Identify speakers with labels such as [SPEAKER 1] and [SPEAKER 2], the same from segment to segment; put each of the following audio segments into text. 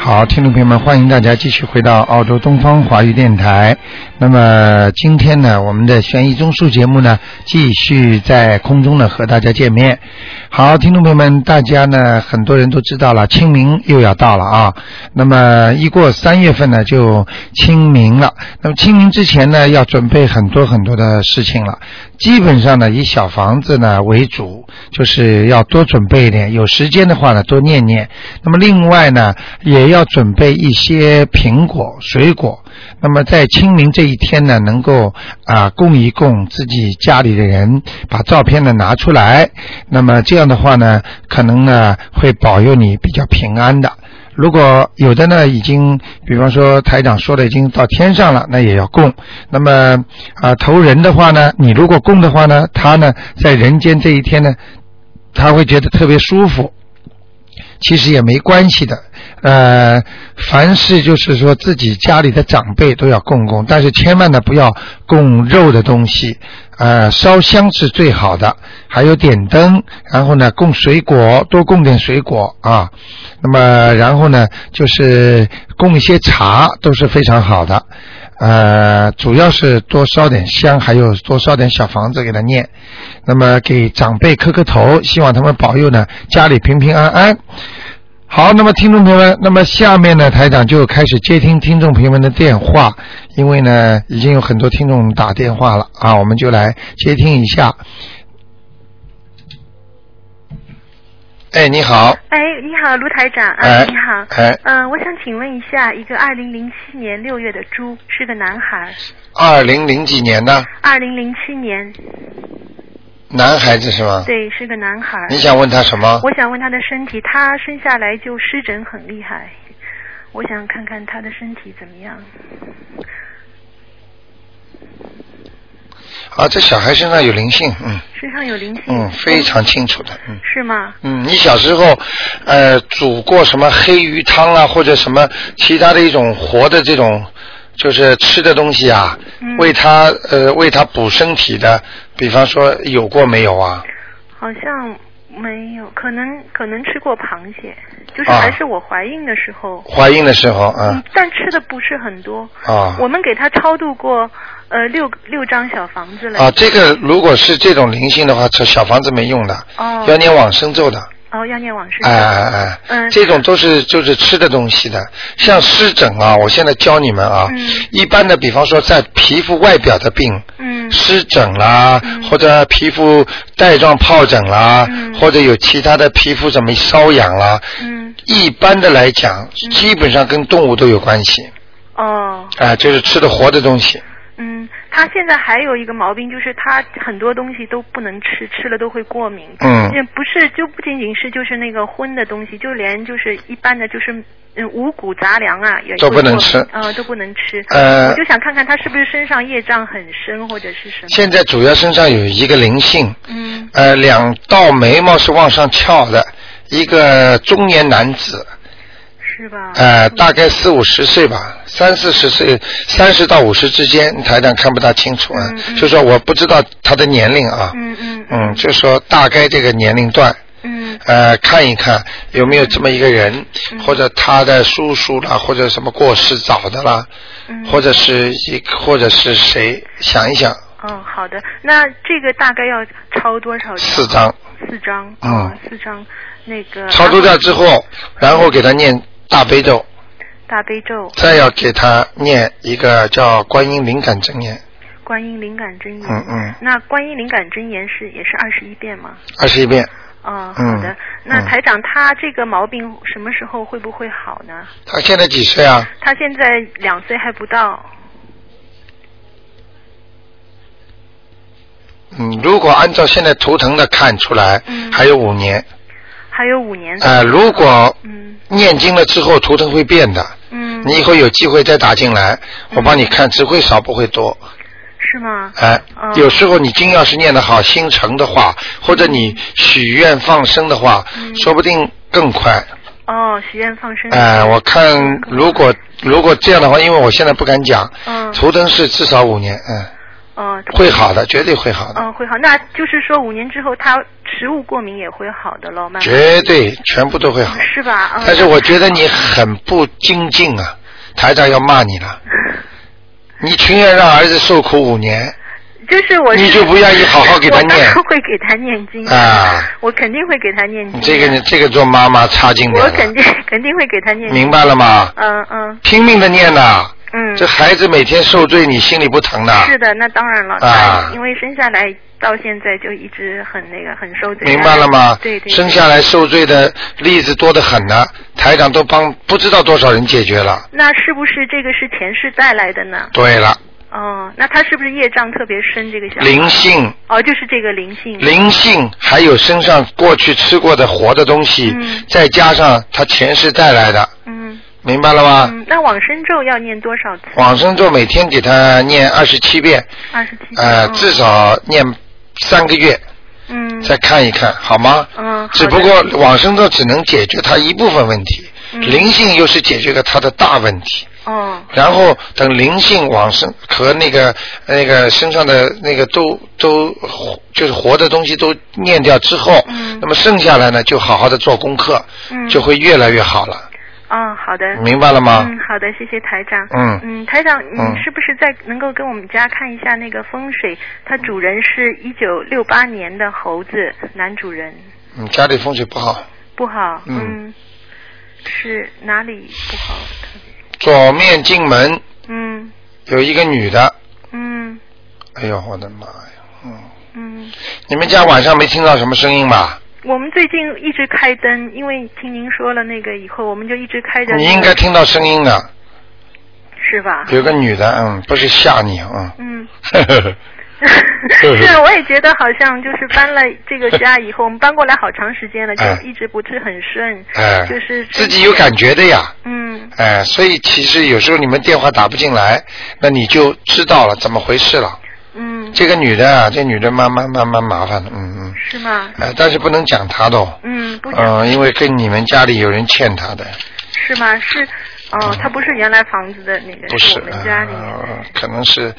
[SPEAKER 1] 好，听众朋友们，欢迎大家继续回到澳洲东方华语电台。那么今天呢，我们的悬疑综述节目呢，继续在空中呢和大家见面。好，听众朋友们，大家呢很多人都知道了，清明又要到了啊。那么一过三月份呢，就清明了。那么清明之前呢，要准备很多很多的事情了。基本上呢，以小房子呢为主，就是要多准备一点。有时间的话呢，多念念。那么另外呢，也要准备一些苹果、水果。那么在清明这一天呢，能够啊、供一供自己家里的人，把照片呢拿出来。那么这样的话呢，可能呢会保佑你比较平安的。如果有的呢，已经比方说台长说的已经到天上了，那也要供。那么啊、投人的话呢，你如果供的话呢，他呢在人间这一天呢，他会觉得特别舒服。其实也没关系的，呃，凡是就是说自己家里的长辈都要供供，但是千万呢不要供肉的东西，呃，烧香是最好的，还有点灯，然后呢供水果，多供点水果啊，那么然后呢就是供一些茶都是非常好的，呃，主要是多烧点香，还有多烧点小房子给他念，那么给长辈磕磕头，希望他们保佑呢家里平平安安。好，那么听众朋友们，那么下面呢，台长就开始接听听众朋友们的电话，因为呢，已经有很多听众打电话了啊，我们就来接听一下。哎，你好，
[SPEAKER 2] 哎，你好，卢台长，啊，
[SPEAKER 1] 哎
[SPEAKER 2] 你好，
[SPEAKER 1] 哎
[SPEAKER 2] 嗯、我想请问一下，一个二零零七年六月的猪是个男孩，
[SPEAKER 1] 二零零几年的
[SPEAKER 2] 二零零七年，
[SPEAKER 1] 男孩子是吗？
[SPEAKER 2] 对，是个男孩。
[SPEAKER 1] 你想问他什么？
[SPEAKER 2] 我想问他的身体，他生下来就湿疹很厉害，我想看看他的身体怎么样。
[SPEAKER 1] 啊，这小孩身上有灵性，嗯
[SPEAKER 2] 身上有灵性，
[SPEAKER 1] 嗯，非常清楚的，嗯。
[SPEAKER 2] 是吗？
[SPEAKER 1] 嗯，你小时候，呃，煮过什么黑鱼汤啊，或者什么其他的一种活的这种，就是吃的东西啊，
[SPEAKER 2] 嗯
[SPEAKER 1] 为他呃为他补身体的，比方说有过没有啊？
[SPEAKER 2] 好像没有，可能可能吃过螃蟹，就是
[SPEAKER 1] 啊
[SPEAKER 2] 还是我怀孕的时候，
[SPEAKER 1] 怀孕的时候啊
[SPEAKER 2] 嗯，但吃的不是很多。
[SPEAKER 1] 啊
[SPEAKER 2] 嗯我们给他超度过呃六六张小房子了。
[SPEAKER 1] 啊，这个如果是这种灵性的话，这小房子没用的，
[SPEAKER 2] 哦
[SPEAKER 1] 要念往生咒的，
[SPEAKER 2] 哦，要念往生咒。
[SPEAKER 1] 哎哎哎，
[SPEAKER 2] 嗯
[SPEAKER 1] 这种都是就是吃的东西的，像湿疹啊，我现在教你们啊，
[SPEAKER 2] 嗯
[SPEAKER 1] 一般的，比方说在皮肤外表的病。
[SPEAKER 2] 嗯
[SPEAKER 1] 湿疹啦，
[SPEAKER 2] 嗯
[SPEAKER 1] 或者皮肤带状疱疹啦，
[SPEAKER 2] 嗯
[SPEAKER 1] 或者有其他的皮肤什么瘙痒啦，
[SPEAKER 2] 嗯
[SPEAKER 1] 一般的来讲，
[SPEAKER 2] 嗯
[SPEAKER 1] 基本上跟动物都有关系，
[SPEAKER 2] 哦
[SPEAKER 1] 啊、就是吃的活的东西，
[SPEAKER 2] 嗯，他现在还有一个毛病，就是他很多东西都不能吃，吃了都会过敏。
[SPEAKER 1] 嗯
[SPEAKER 2] 也不是，就不仅仅是就是那个荤的东西，就连就是一般的就是。嗯，五谷杂粮啊，也
[SPEAKER 1] 都
[SPEAKER 2] 会
[SPEAKER 1] 不能
[SPEAKER 2] 过敏
[SPEAKER 1] 吃
[SPEAKER 2] 呃，都不能吃。
[SPEAKER 1] 呃
[SPEAKER 2] 我就想看看他是不是身上业障很深，或者是什么。
[SPEAKER 1] 现在主要身上有一个灵性，
[SPEAKER 2] 嗯
[SPEAKER 1] 呃，两道眉毛是往上翘的，一个中年男子，
[SPEAKER 2] 是吧？
[SPEAKER 1] 呃，大概四五十岁吧，三四十岁，三十到五十之间，台长看不大清楚啊
[SPEAKER 2] 嗯，嗯
[SPEAKER 1] 就说我不知道他的年龄啊，
[SPEAKER 2] 嗯嗯
[SPEAKER 1] 嗯，就说大概这个年龄段，
[SPEAKER 2] 嗯
[SPEAKER 1] 呃，看一看有没有这么一个人，
[SPEAKER 2] 嗯
[SPEAKER 1] 或者他的叔叔啦，或者什么过世早的啦，
[SPEAKER 2] 嗯，
[SPEAKER 1] 或者是一或者是谁，想一想，
[SPEAKER 2] 哦，好的，那这个大概要超多少张？
[SPEAKER 1] 四张，
[SPEAKER 2] 四张，
[SPEAKER 1] 嗯
[SPEAKER 2] 哦四张，那个
[SPEAKER 1] 超度掉之后，然后给他念大悲咒，
[SPEAKER 2] 大悲咒、
[SPEAKER 1] 再要给他念一个叫观音灵感真言，
[SPEAKER 2] 观音灵感真言。
[SPEAKER 1] 嗯嗯，
[SPEAKER 2] 那观音灵感真言是也是二十一遍吗？
[SPEAKER 1] 二十一遍。
[SPEAKER 2] 哦，
[SPEAKER 1] 嗯
[SPEAKER 2] 好的。那
[SPEAKER 1] 嗯
[SPEAKER 2] 台长他这个毛病什么时候会不会好呢？
[SPEAKER 1] 他现在几岁啊？
[SPEAKER 2] 他现在两岁还不到。
[SPEAKER 1] 嗯，如果按照现在图腾的看出来，
[SPEAKER 2] 嗯
[SPEAKER 1] 还有五年。
[SPEAKER 2] 还有五年，
[SPEAKER 1] 呃，如果
[SPEAKER 2] 嗯
[SPEAKER 1] 念经了之后，图腾会变的。
[SPEAKER 2] 嗯，
[SPEAKER 1] 你以后有机会再打进来，我帮你
[SPEAKER 2] 嗯
[SPEAKER 1] 看，只会少不会多。
[SPEAKER 2] 是吗？
[SPEAKER 1] 哎、
[SPEAKER 2] 哦
[SPEAKER 1] 有时候你经要是念得好、心诚的话，或者你许愿放生的话，
[SPEAKER 2] 嗯
[SPEAKER 1] 说不定更快。
[SPEAKER 2] 哦，许愿放生。嗯
[SPEAKER 1] 哎、我看如果如果这样的话，因为我现在不敢讲，
[SPEAKER 2] 嗯
[SPEAKER 1] 图腾是至少五年，嗯，
[SPEAKER 2] 呃，
[SPEAKER 1] 会好的，绝对会好的，
[SPEAKER 2] 嗯、会好。那就是说五年之后，他食物过敏也会好的咯，慢慢
[SPEAKER 1] 绝对全部都会好。
[SPEAKER 2] 是吧？嗯、
[SPEAKER 1] 但是我觉得你很不精进啊，台长要骂你了。你情愿让儿子受苦五年
[SPEAKER 2] 就是我是
[SPEAKER 1] 你就不愿意好好给他念
[SPEAKER 2] 我当然会给他念经的
[SPEAKER 1] 啊！
[SPEAKER 2] 我肯定会给他念
[SPEAKER 1] 你
[SPEAKER 2] 经，
[SPEAKER 1] 这个你这个做妈妈差劲点
[SPEAKER 2] 嗯我
[SPEAKER 1] 了，
[SPEAKER 2] 肯定肯定会给他念经，
[SPEAKER 1] 明白了吗？
[SPEAKER 2] 嗯嗯
[SPEAKER 1] 拼命的念呐、
[SPEAKER 2] 嗯，
[SPEAKER 1] 这孩子每天受罪，你心里不疼呐？
[SPEAKER 2] 是的，那当然了，
[SPEAKER 1] 啊
[SPEAKER 2] 因为生下来到现在就一直很那个很受罪，
[SPEAKER 1] 明白了吗？
[SPEAKER 2] 对对，对
[SPEAKER 1] 生下来受罪的例子多得很呢、台长都帮不知道多少人解决了。
[SPEAKER 2] 那是不是这个是前世带来的呢？
[SPEAKER 1] 对了，
[SPEAKER 2] 哦，那他是不是业障特别深？这个小孩
[SPEAKER 1] 灵性、
[SPEAKER 2] 哦，就是这个灵性，
[SPEAKER 1] 灵性，还有身上过去吃过的活的东西，
[SPEAKER 2] 嗯
[SPEAKER 1] 再加上他前世带来的，
[SPEAKER 2] 嗯
[SPEAKER 1] 明白了吗？
[SPEAKER 2] 嗯，那往生咒要念多少次？
[SPEAKER 1] 往生咒每天给他念二十七遍，
[SPEAKER 2] 二十七。
[SPEAKER 1] 呃，至少念三个月，
[SPEAKER 2] 哦嗯
[SPEAKER 1] 再看一看，好吗？
[SPEAKER 2] 嗯，好
[SPEAKER 1] 只
[SPEAKER 2] 的
[SPEAKER 1] 不过往生咒只能解决他一部分问题，
[SPEAKER 2] 嗯
[SPEAKER 1] 灵性又是解决了他的大问题。
[SPEAKER 2] 哦
[SPEAKER 1] 然后等灵性往生和那个那个身上的那个都都就是活的东西都念掉之后，
[SPEAKER 2] 嗯
[SPEAKER 1] 那么剩下来呢，就好好的做功课，
[SPEAKER 2] 嗯
[SPEAKER 1] 就会越来越好了，
[SPEAKER 2] 哦，好的。
[SPEAKER 1] 明白了吗？
[SPEAKER 2] 嗯，好的，谢谢台长。
[SPEAKER 1] 嗯
[SPEAKER 2] 嗯，台长，你
[SPEAKER 1] 嗯
[SPEAKER 2] 是不是在能够跟我们家看一下那个风水？它主人是一九六八年的猴子，男主人
[SPEAKER 1] 嗯，家里风水不好，
[SPEAKER 2] 不好。
[SPEAKER 1] 嗯
[SPEAKER 2] 是哪里不好？特别
[SPEAKER 1] 左面进门
[SPEAKER 2] 嗯
[SPEAKER 1] 有一个女的，
[SPEAKER 2] 嗯
[SPEAKER 1] 哎呦我的妈呀，嗯，
[SPEAKER 2] 嗯，
[SPEAKER 1] 你们家晚上没听到什么声音吧？
[SPEAKER 2] 我们最近一直开灯，因为听您说了那个以后，我们就一直开着。
[SPEAKER 1] 你应该听到声音的，
[SPEAKER 2] 是吧？
[SPEAKER 1] 有个女的，嗯，不是吓你， 嗯，
[SPEAKER 2] 嗯。
[SPEAKER 1] 呵呵呵，
[SPEAKER 2] 是，我也觉得好像就是搬了这个家以后，我们搬过来好长时间了，就
[SPEAKER 1] 哎
[SPEAKER 2] 一直不是很顺，
[SPEAKER 1] 哎，
[SPEAKER 2] 就是
[SPEAKER 1] 自己有感觉的呀，
[SPEAKER 2] 嗯
[SPEAKER 1] 哎，所以其实有时候你们电话打不进来，那你就知道了怎么回事了。
[SPEAKER 2] 嗯，
[SPEAKER 1] 这个女的啊，这女的慢慢慢慢麻烦的，嗯嗯，
[SPEAKER 2] 是吗？
[SPEAKER 1] 哎，但是不能讲她的哦，
[SPEAKER 2] 嗯，不
[SPEAKER 1] 嗯、
[SPEAKER 2] 讲、
[SPEAKER 1] 因为跟你们家里有人欠她的，
[SPEAKER 2] 是吗？是哦，他不是原来房子的那个，
[SPEAKER 1] 嗯不
[SPEAKER 2] 是
[SPEAKER 1] 是
[SPEAKER 2] 我，们家里面
[SPEAKER 1] 呃，可能是，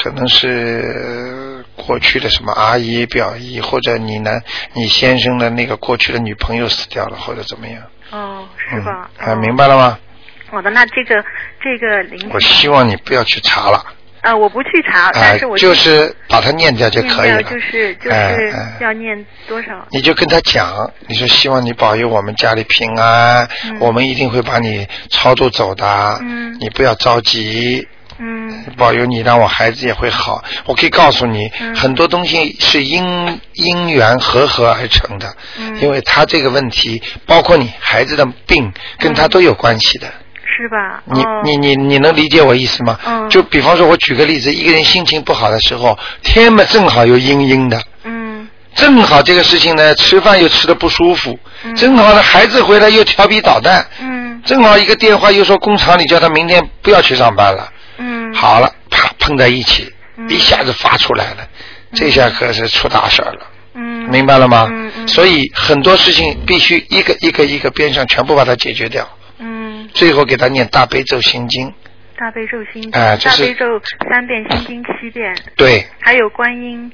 [SPEAKER 1] 可能是呃过去的什么阿姨、表姨，或者你男、你先生的那个过去的女朋友死掉了，或者怎么样，
[SPEAKER 2] 哦，是
[SPEAKER 1] 嗯，
[SPEAKER 2] 吧
[SPEAKER 1] 啊？、
[SPEAKER 2] 哦
[SPEAKER 1] 明。白了吗？
[SPEAKER 2] 好的，那这个这个灵
[SPEAKER 1] 我希望你不要去查了。
[SPEAKER 2] 啊，我不去查，
[SPEAKER 1] 哎
[SPEAKER 2] 但是我
[SPEAKER 1] 就是把它念掉就可以
[SPEAKER 2] 念
[SPEAKER 1] 了。
[SPEAKER 2] 掉就是就
[SPEAKER 1] 哎
[SPEAKER 2] 是
[SPEAKER 1] 哎啊
[SPEAKER 2] 要念多少？
[SPEAKER 1] 你就跟他讲，你说希望你保佑我们家里平安，
[SPEAKER 2] 嗯
[SPEAKER 1] 我们一定会把你超度走的。
[SPEAKER 2] 嗯
[SPEAKER 1] 你不要着急，
[SPEAKER 2] 嗯
[SPEAKER 1] 保佑你，让我孩子也会好。我可以告诉你，
[SPEAKER 2] 嗯
[SPEAKER 1] 很多东西是因因缘和合而成的，
[SPEAKER 2] 嗯，
[SPEAKER 1] 因为他这个问题，包括你孩子的病，跟他
[SPEAKER 2] 嗯
[SPEAKER 1] 都有关系的。
[SPEAKER 2] 是吧？
[SPEAKER 1] 你
[SPEAKER 2] 哦
[SPEAKER 1] 你你你能理解我意思吗？
[SPEAKER 2] 嗯
[SPEAKER 1] 就比方说，我举个例子，一个人心情不好的时候，天嘛正好又阴阴的，
[SPEAKER 2] 嗯
[SPEAKER 1] 正好这个事情呢，吃饭又吃的不舒服，
[SPEAKER 2] 嗯
[SPEAKER 1] 正好呢孩子回来又调皮捣蛋，
[SPEAKER 2] 嗯
[SPEAKER 1] 正好一个电话又说工厂里叫他明天不要去上班了，
[SPEAKER 2] 嗯，
[SPEAKER 1] 好了，啪碰在一起，
[SPEAKER 2] 嗯
[SPEAKER 1] 一下子发出来了，这下可是出大事儿了。
[SPEAKER 2] 嗯，
[SPEAKER 1] 明白了吗？
[SPEAKER 2] 嗯嗯
[SPEAKER 1] 所以很多事情必须一个一个一个边上全部把它解决掉，
[SPEAKER 2] 嗯。
[SPEAKER 1] 最后给他念大悲咒心经。
[SPEAKER 2] 大悲咒心经，
[SPEAKER 1] 哎就
[SPEAKER 2] 大
[SPEAKER 1] 是
[SPEAKER 2] 悲咒三遍，心经七遍，
[SPEAKER 1] 对，
[SPEAKER 2] 还有观音，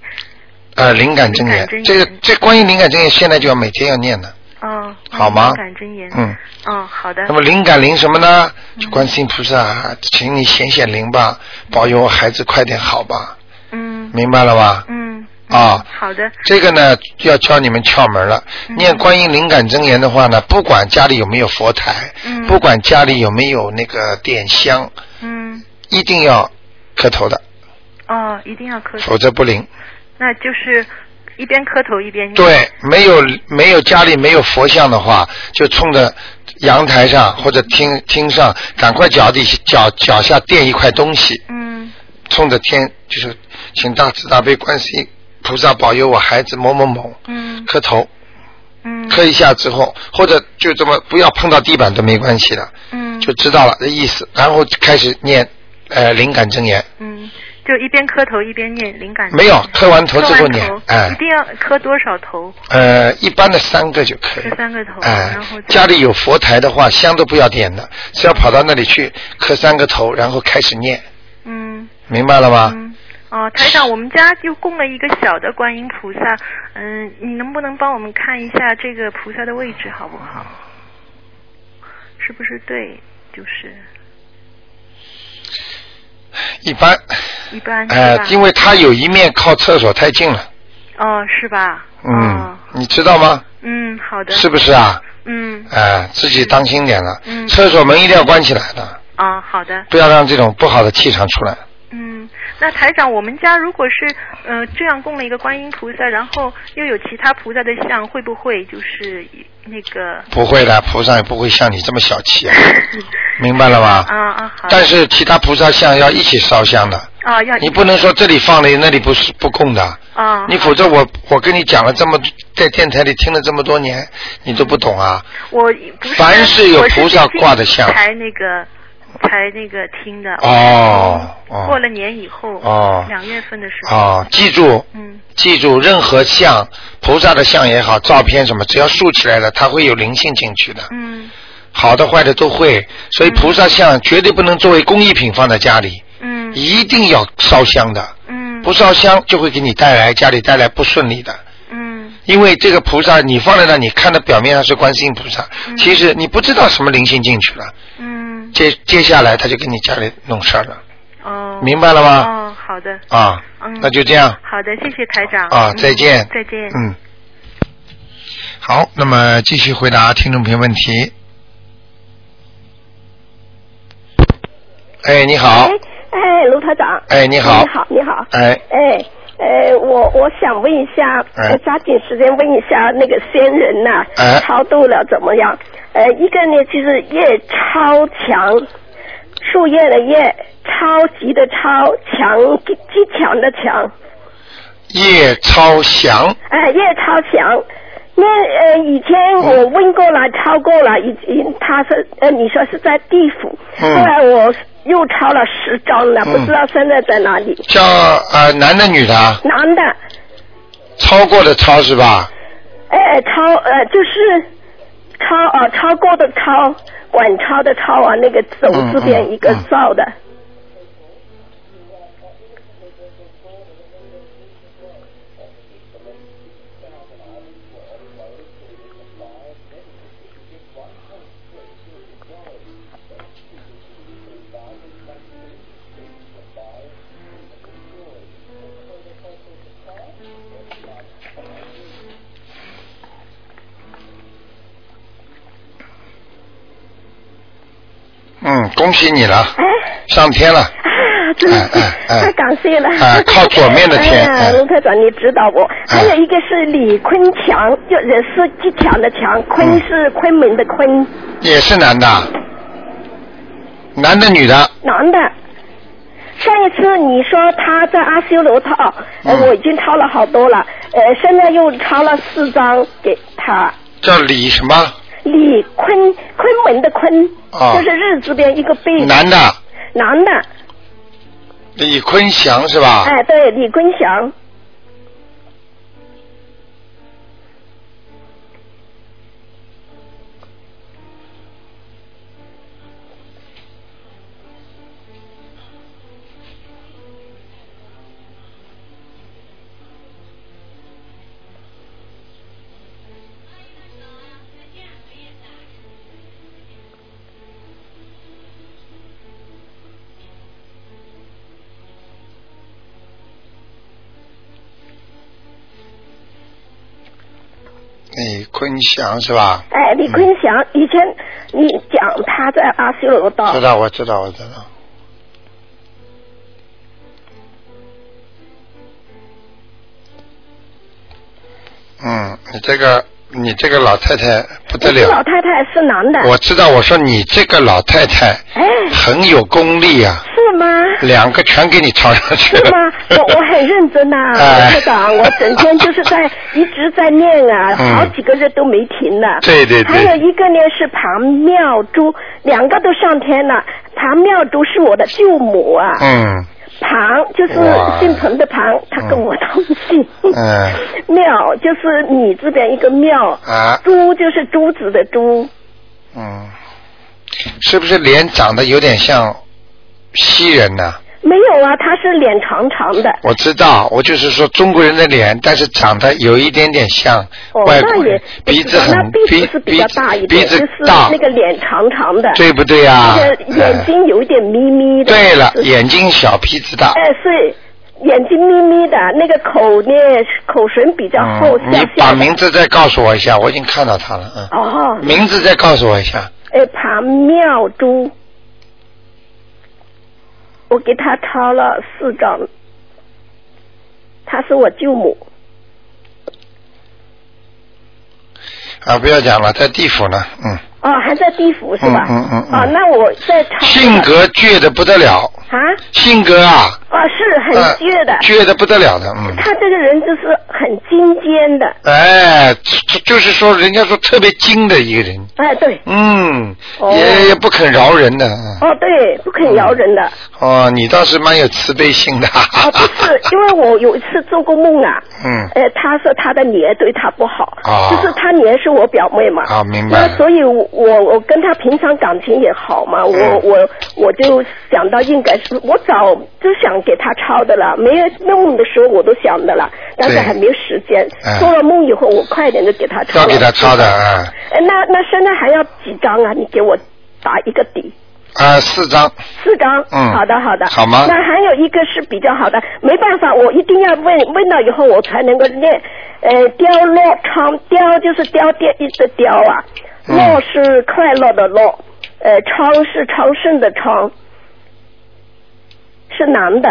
[SPEAKER 1] 呃，灵感真
[SPEAKER 2] 灵
[SPEAKER 1] 言
[SPEAKER 2] 感真，言
[SPEAKER 1] 这个这关于灵感真言，现在就要每天要念的。
[SPEAKER 2] 哦，
[SPEAKER 1] 好吗
[SPEAKER 2] 感真言，
[SPEAKER 1] 嗯，
[SPEAKER 2] 哦，好的
[SPEAKER 1] 那，么灵感灵什么呢？就观世音菩萨，请你显显灵吧，保佑我孩子快点好吧，
[SPEAKER 2] 嗯
[SPEAKER 1] 明白了吧？
[SPEAKER 2] 嗯，
[SPEAKER 1] 啊
[SPEAKER 2] 好的，
[SPEAKER 1] 这个呢，要教你们窍门了。
[SPEAKER 2] 嗯
[SPEAKER 1] 念观音灵感真言的话呢，不管家里有没有佛台，
[SPEAKER 2] 嗯
[SPEAKER 1] 不管家里有没有那个点香，
[SPEAKER 2] 嗯，
[SPEAKER 1] 一定要磕头的，
[SPEAKER 2] 哦，一定要磕头，
[SPEAKER 1] 否则不灵。
[SPEAKER 2] 那就是一边磕头一边念，
[SPEAKER 1] 对，没有没有家里没有佛像的话，就冲着阳台上或者厅厅上，赶快脚底下脚脚下垫一块东西，
[SPEAKER 2] 嗯
[SPEAKER 1] 冲着天就是请大慈大悲观世音菩萨保佑我孩子某某某，
[SPEAKER 2] 嗯
[SPEAKER 1] 磕头
[SPEAKER 2] 嗯
[SPEAKER 1] 磕一下之后，或者就这么不要碰到地板都没关系的，
[SPEAKER 2] 嗯，
[SPEAKER 1] 就知道了这意思，然后开始念呃灵感真言，
[SPEAKER 2] 嗯，就一边磕头一边念灵感真
[SPEAKER 1] 没
[SPEAKER 2] 言，
[SPEAKER 1] 有磕完头
[SPEAKER 2] 嗯磕
[SPEAKER 1] 之
[SPEAKER 2] 完
[SPEAKER 1] 后念
[SPEAKER 2] 头，一
[SPEAKER 1] 哎
[SPEAKER 2] 定要磕多少头？
[SPEAKER 1] 呃一般的三个就可以
[SPEAKER 2] 磕
[SPEAKER 1] 了。
[SPEAKER 2] 三个头，
[SPEAKER 1] 哎
[SPEAKER 2] 然后，就
[SPEAKER 1] 家里有佛台的话，香都不要点的，只要跑到那里去磕三个头，然后开始念，
[SPEAKER 2] 嗯
[SPEAKER 1] 明白了吗？
[SPEAKER 2] 嗯，哦，台长，我们家就供了一个小的观音菩萨，嗯，你能不能帮我们看一下这个菩萨的位置好不好？是不是对？就是
[SPEAKER 1] 一般，
[SPEAKER 2] 一般
[SPEAKER 1] 呃
[SPEAKER 2] 是吧，
[SPEAKER 1] 因为它有一面靠厕所太近了，
[SPEAKER 2] 哦，是吧？
[SPEAKER 1] 嗯
[SPEAKER 2] 哦，
[SPEAKER 1] 你知道吗？
[SPEAKER 2] 嗯，好的。
[SPEAKER 1] 是不是啊？
[SPEAKER 2] 嗯，
[SPEAKER 1] 哎，自己当心点了
[SPEAKER 2] 嗯，
[SPEAKER 1] 厕所门一定要关起来的，
[SPEAKER 2] 啊、好的。
[SPEAKER 1] 不要让这种不好的气场出来。
[SPEAKER 2] 嗯，那台长，我们家如果是呃这样供了一个观音菩萨，然后又有其他菩萨的像，会不会就是那个？
[SPEAKER 1] 不会的，菩萨也不会像你这么小气啊，明白了
[SPEAKER 2] 啊
[SPEAKER 1] 吗？
[SPEAKER 2] 啊好。
[SPEAKER 1] 但是其他菩萨像要一起烧香的，
[SPEAKER 2] 啊要
[SPEAKER 1] 你不能说这里放的那里不是不供的，
[SPEAKER 2] 啊，
[SPEAKER 1] 你否则我我跟你讲了这么在电台里听了这么多年，你都不懂啊。
[SPEAKER 2] 我不是
[SPEAKER 1] 凡是有菩萨挂的像
[SPEAKER 2] 我是最近才那个才那个听的。
[SPEAKER 1] 哦哦
[SPEAKER 2] 过了年以后。
[SPEAKER 1] 哦
[SPEAKER 2] 两月份的时候。
[SPEAKER 1] 哦，记住
[SPEAKER 2] 嗯
[SPEAKER 1] 记住，任何像菩萨的像也好，照片什么，只要竖起来了，它会有灵性进去的，
[SPEAKER 2] 嗯
[SPEAKER 1] 好的坏的都会。所以菩萨像绝对不能作为工艺品放在家里，
[SPEAKER 2] 嗯
[SPEAKER 1] 一定要烧香的。
[SPEAKER 2] 嗯。
[SPEAKER 1] 不烧香就会给你带来家里带来不顺利的，
[SPEAKER 2] 嗯
[SPEAKER 1] 因为这个菩萨你放在那，你看的表面上是观世音菩萨，
[SPEAKER 2] 嗯
[SPEAKER 1] 其实你不知道什么灵性进去了，
[SPEAKER 2] 嗯
[SPEAKER 1] 接接下来他就给你家里弄事儿了，
[SPEAKER 2] 哦。
[SPEAKER 1] 明白了吗？
[SPEAKER 2] 哦，好的。
[SPEAKER 1] 啊
[SPEAKER 2] 嗯，
[SPEAKER 1] 那就这样
[SPEAKER 2] 好的，谢谢台长。
[SPEAKER 1] 啊，
[SPEAKER 2] 嗯
[SPEAKER 1] 再见，
[SPEAKER 2] 再见。
[SPEAKER 1] 嗯，好，那么继续回答听众朋友问题。哎，你好，
[SPEAKER 3] 哎哎，卢台长。
[SPEAKER 1] 哎你好
[SPEAKER 3] 你好，你好。
[SPEAKER 1] 哎，
[SPEAKER 3] 哎。呃，我我想问一下，
[SPEAKER 1] 哎
[SPEAKER 3] 我抓紧时间问一下那个仙人呐、
[SPEAKER 1] 哎
[SPEAKER 3] 超度了怎么样？呃，一个呢就是叶超强，树叶的叶，超级的超，强极极强的强，
[SPEAKER 1] 叶超祥，
[SPEAKER 3] 哎，叶超强。那呃，以前
[SPEAKER 1] 嗯
[SPEAKER 3] 我问过了，超过了，已经他说呃，你说是在地府，
[SPEAKER 1] 嗯
[SPEAKER 3] 后来我又抄了十张了，不
[SPEAKER 1] 嗯
[SPEAKER 3] 知道现在在哪里。
[SPEAKER 1] 叫呃男的女的啊？
[SPEAKER 3] 男的，
[SPEAKER 1] 超过的超是吧？
[SPEAKER 3] 哎，超呃就是超啊、超过的超，管超的超啊，那个走
[SPEAKER 1] 嗯
[SPEAKER 3] 字边一个造的，
[SPEAKER 1] 嗯，恭喜你了，
[SPEAKER 3] 哎。
[SPEAKER 1] 上天了。
[SPEAKER 3] 啊，真是
[SPEAKER 1] 哎哎哎
[SPEAKER 3] 太感谢了！
[SPEAKER 1] 哎靠左面的天
[SPEAKER 3] 哎呀
[SPEAKER 1] 哎
[SPEAKER 3] 卢科长，你指导我。
[SPEAKER 1] 哎
[SPEAKER 3] 还有一个是李坤强，就也是极强的强，坤
[SPEAKER 1] 嗯
[SPEAKER 3] 是昆明的坤，
[SPEAKER 1] 也是男的，男的女的，
[SPEAKER 3] 男的。上一次你说他在阿修罗套，呃
[SPEAKER 1] 嗯
[SPEAKER 3] 我已经抄了好多了，呃，现在又抄了四张给他。
[SPEAKER 1] 叫李什么？
[SPEAKER 3] 李坤，昆门的坤，
[SPEAKER 1] 啊
[SPEAKER 3] 就是日字边一个贝，
[SPEAKER 1] 男的，
[SPEAKER 3] 男的，
[SPEAKER 1] 李坤祥是吧？
[SPEAKER 3] 哎，对，李坤祥，
[SPEAKER 1] 李坤祥哎是吧？
[SPEAKER 3] 哎，李坤祥，以前你讲他在阿修罗道，
[SPEAKER 1] 知道，我知道，我知道。嗯，你这个你这个老太太不得
[SPEAKER 3] 这个老
[SPEAKER 1] 了，
[SPEAKER 3] 太太是男的，
[SPEAKER 1] 啊我知道，我说你这个老太太
[SPEAKER 3] 哎，
[SPEAKER 1] 很有功力啊。
[SPEAKER 3] 是吗？
[SPEAKER 1] 两个全给你抄上去
[SPEAKER 3] 是
[SPEAKER 1] 了。
[SPEAKER 3] 吗？我我很认真呐、
[SPEAKER 1] 哎
[SPEAKER 3] 啊，科长，我整天就是在一直在念啊，
[SPEAKER 1] 嗯
[SPEAKER 3] 好几个月都没停了。
[SPEAKER 1] 对对对
[SPEAKER 3] 还有一个呢是庞妙珠，两个都上天了。庞妙珠是我的舅母啊。
[SPEAKER 1] 嗯，
[SPEAKER 3] 庞就是
[SPEAKER 1] 哇
[SPEAKER 3] 姓彭的庞，他跟我同姓。
[SPEAKER 1] 嗯
[SPEAKER 3] 妙就是米字边一个妙，
[SPEAKER 1] 啊，
[SPEAKER 3] 珠就是珠子的珠。
[SPEAKER 1] 嗯，是不是脸长得有点像西人呐、
[SPEAKER 3] 没有啊，他是脸长长的。
[SPEAKER 1] 我知道，我就是说中国人的脸，但是长得有一点点像
[SPEAKER 3] 哦，
[SPEAKER 1] 外国
[SPEAKER 3] 那也啊
[SPEAKER 1] 人，鼻子很
[SPEAKER 3] 那鼻
[SPEAKER 1] 鼻
[SPEAKER 3] 子是比
[SPEAKER 1] 鼻
[SPEAKER 3] 较
[SPEAKER 1] 子
[SPEAKER 3] 大一点，
[SPEAKER 1] 鼻子
[SPEAKER 3] 就是
[SPEAKER 1] 大
[SPEAKER 3] 那，个脸长长的，
[SPEAKER 1] 对不对
[SPEAKER 3] 那
[SPEAKER 1] 啊？
[SPEAKER 3] 个眼睛有一点眯眯
[SPEAKER 1] 哎
[SPEAKER 3] 的。
[SPEAKER 1] 对了
[SPEAKER 3] 就，是
[SPEAKER 1] 眼睛小，鼻子大。
[SPEAKER 3] 哎，是眼睛眯眯的，那个口呢，口唇比较厚，
[SPEAKER 1] 嗯，
[SPEAKER 3] 下
[SPEAKER 1] 你把
[SPEAKER 3] 下的。
[SPEAKER 1] 名字再告诉我一下，我已经看到他了，嗯。
[SPEAKER 3] 哦，
[SPEAKER 1] 名字再告诉我一下，
[SPEAKER 3] 哎，庞妙珠，我给他抄了四张，他是我舅母。
[SPEAKER 1] 啊，不要讲了，在地府呢，嗯，
[SPEAKER 3] 哦，还在地府是吧？
[SPEAKER 1] 嗯嗯嗯嗯
[SPEAKER 3] 哦，那我在抄
[SPEAKER 1] 性格倔的不得了，
[SPEAKER 3] 啊，
[SPEAKER 1] 性格啊，
[SPEAKER 3] 哦，是很
[SPEAKER 1] 呃
[SPEAKER 3] 倔的。
[SPEAKER 1] 倔的不得了的，嗯，
[SPEAKER 3] 他这个人就是很精尖的，
[SPEAKER 1] 哎，就就是说，人家说特别精的一个人，
[SPEAKER 3] 哎，对，
[SPEAKER 1] 嗯，
[SPEAKER 3] 哦
[SPEAKER 1] 也也不肯饶人的，嗯
[SPEAKER 3] 哦，对，不肯饶 人的。
[SPEAKER 1] 哦，你倒是蛮有慈悲心的，
[SPEAKER 3] 哦，不是，因为我有一次做过梦啊，
[SPEAKER 1] 嗯，
[SPEAKER 3] 呃，他说他的女儿对他不好，
[SPEAKER 1] 啊
[SPEAKER 3] 就是他女儿是我表妹嘛，
[SPEAKER 1] 啊，明白
[SPEAKER 3] 那
[SPEAKER 1] 了，
[SPEAKER 3] 所以我，我我跟他平常感情也好嘛，我
[SPEAKER 1] 嗯
[SPEAKER 3] 我我就想到应该是我早就想给他抄的了，没有弄的时候我都想的了，但是
[SPEAKER 1] 对
[SPEAKER 3] 还没有时间
[SPEAKER 1] 嗯。
[SPEAKER 3] 做了梦以后，我快点就给他抄
[SPEAKER 1] 要
[SPEAKER 3] 了。
[SPEAKER 1] 给他抄的啊
[SPEAKER 3] 哎，那那现在还要几张啊？你给我打一个底。
[SPEAKER 1] 啊，四张，
[SPEAKER 3] 四张，
[SPEAKER 1] 嗯
[SPEAKER 3] 好的好的，
[SPEAKER 1] 好吗
[SPEAKER 3] 那还有一个是比较好的，没办法，我一定要问问到以后我才能够念。呃，雕落昌雕就是雕雕一的雕啊，
[SPEAKER 1] 嗯
[SPEAKER 3] 落是快乐的落，呃，昌是昌盛的昌，是男的，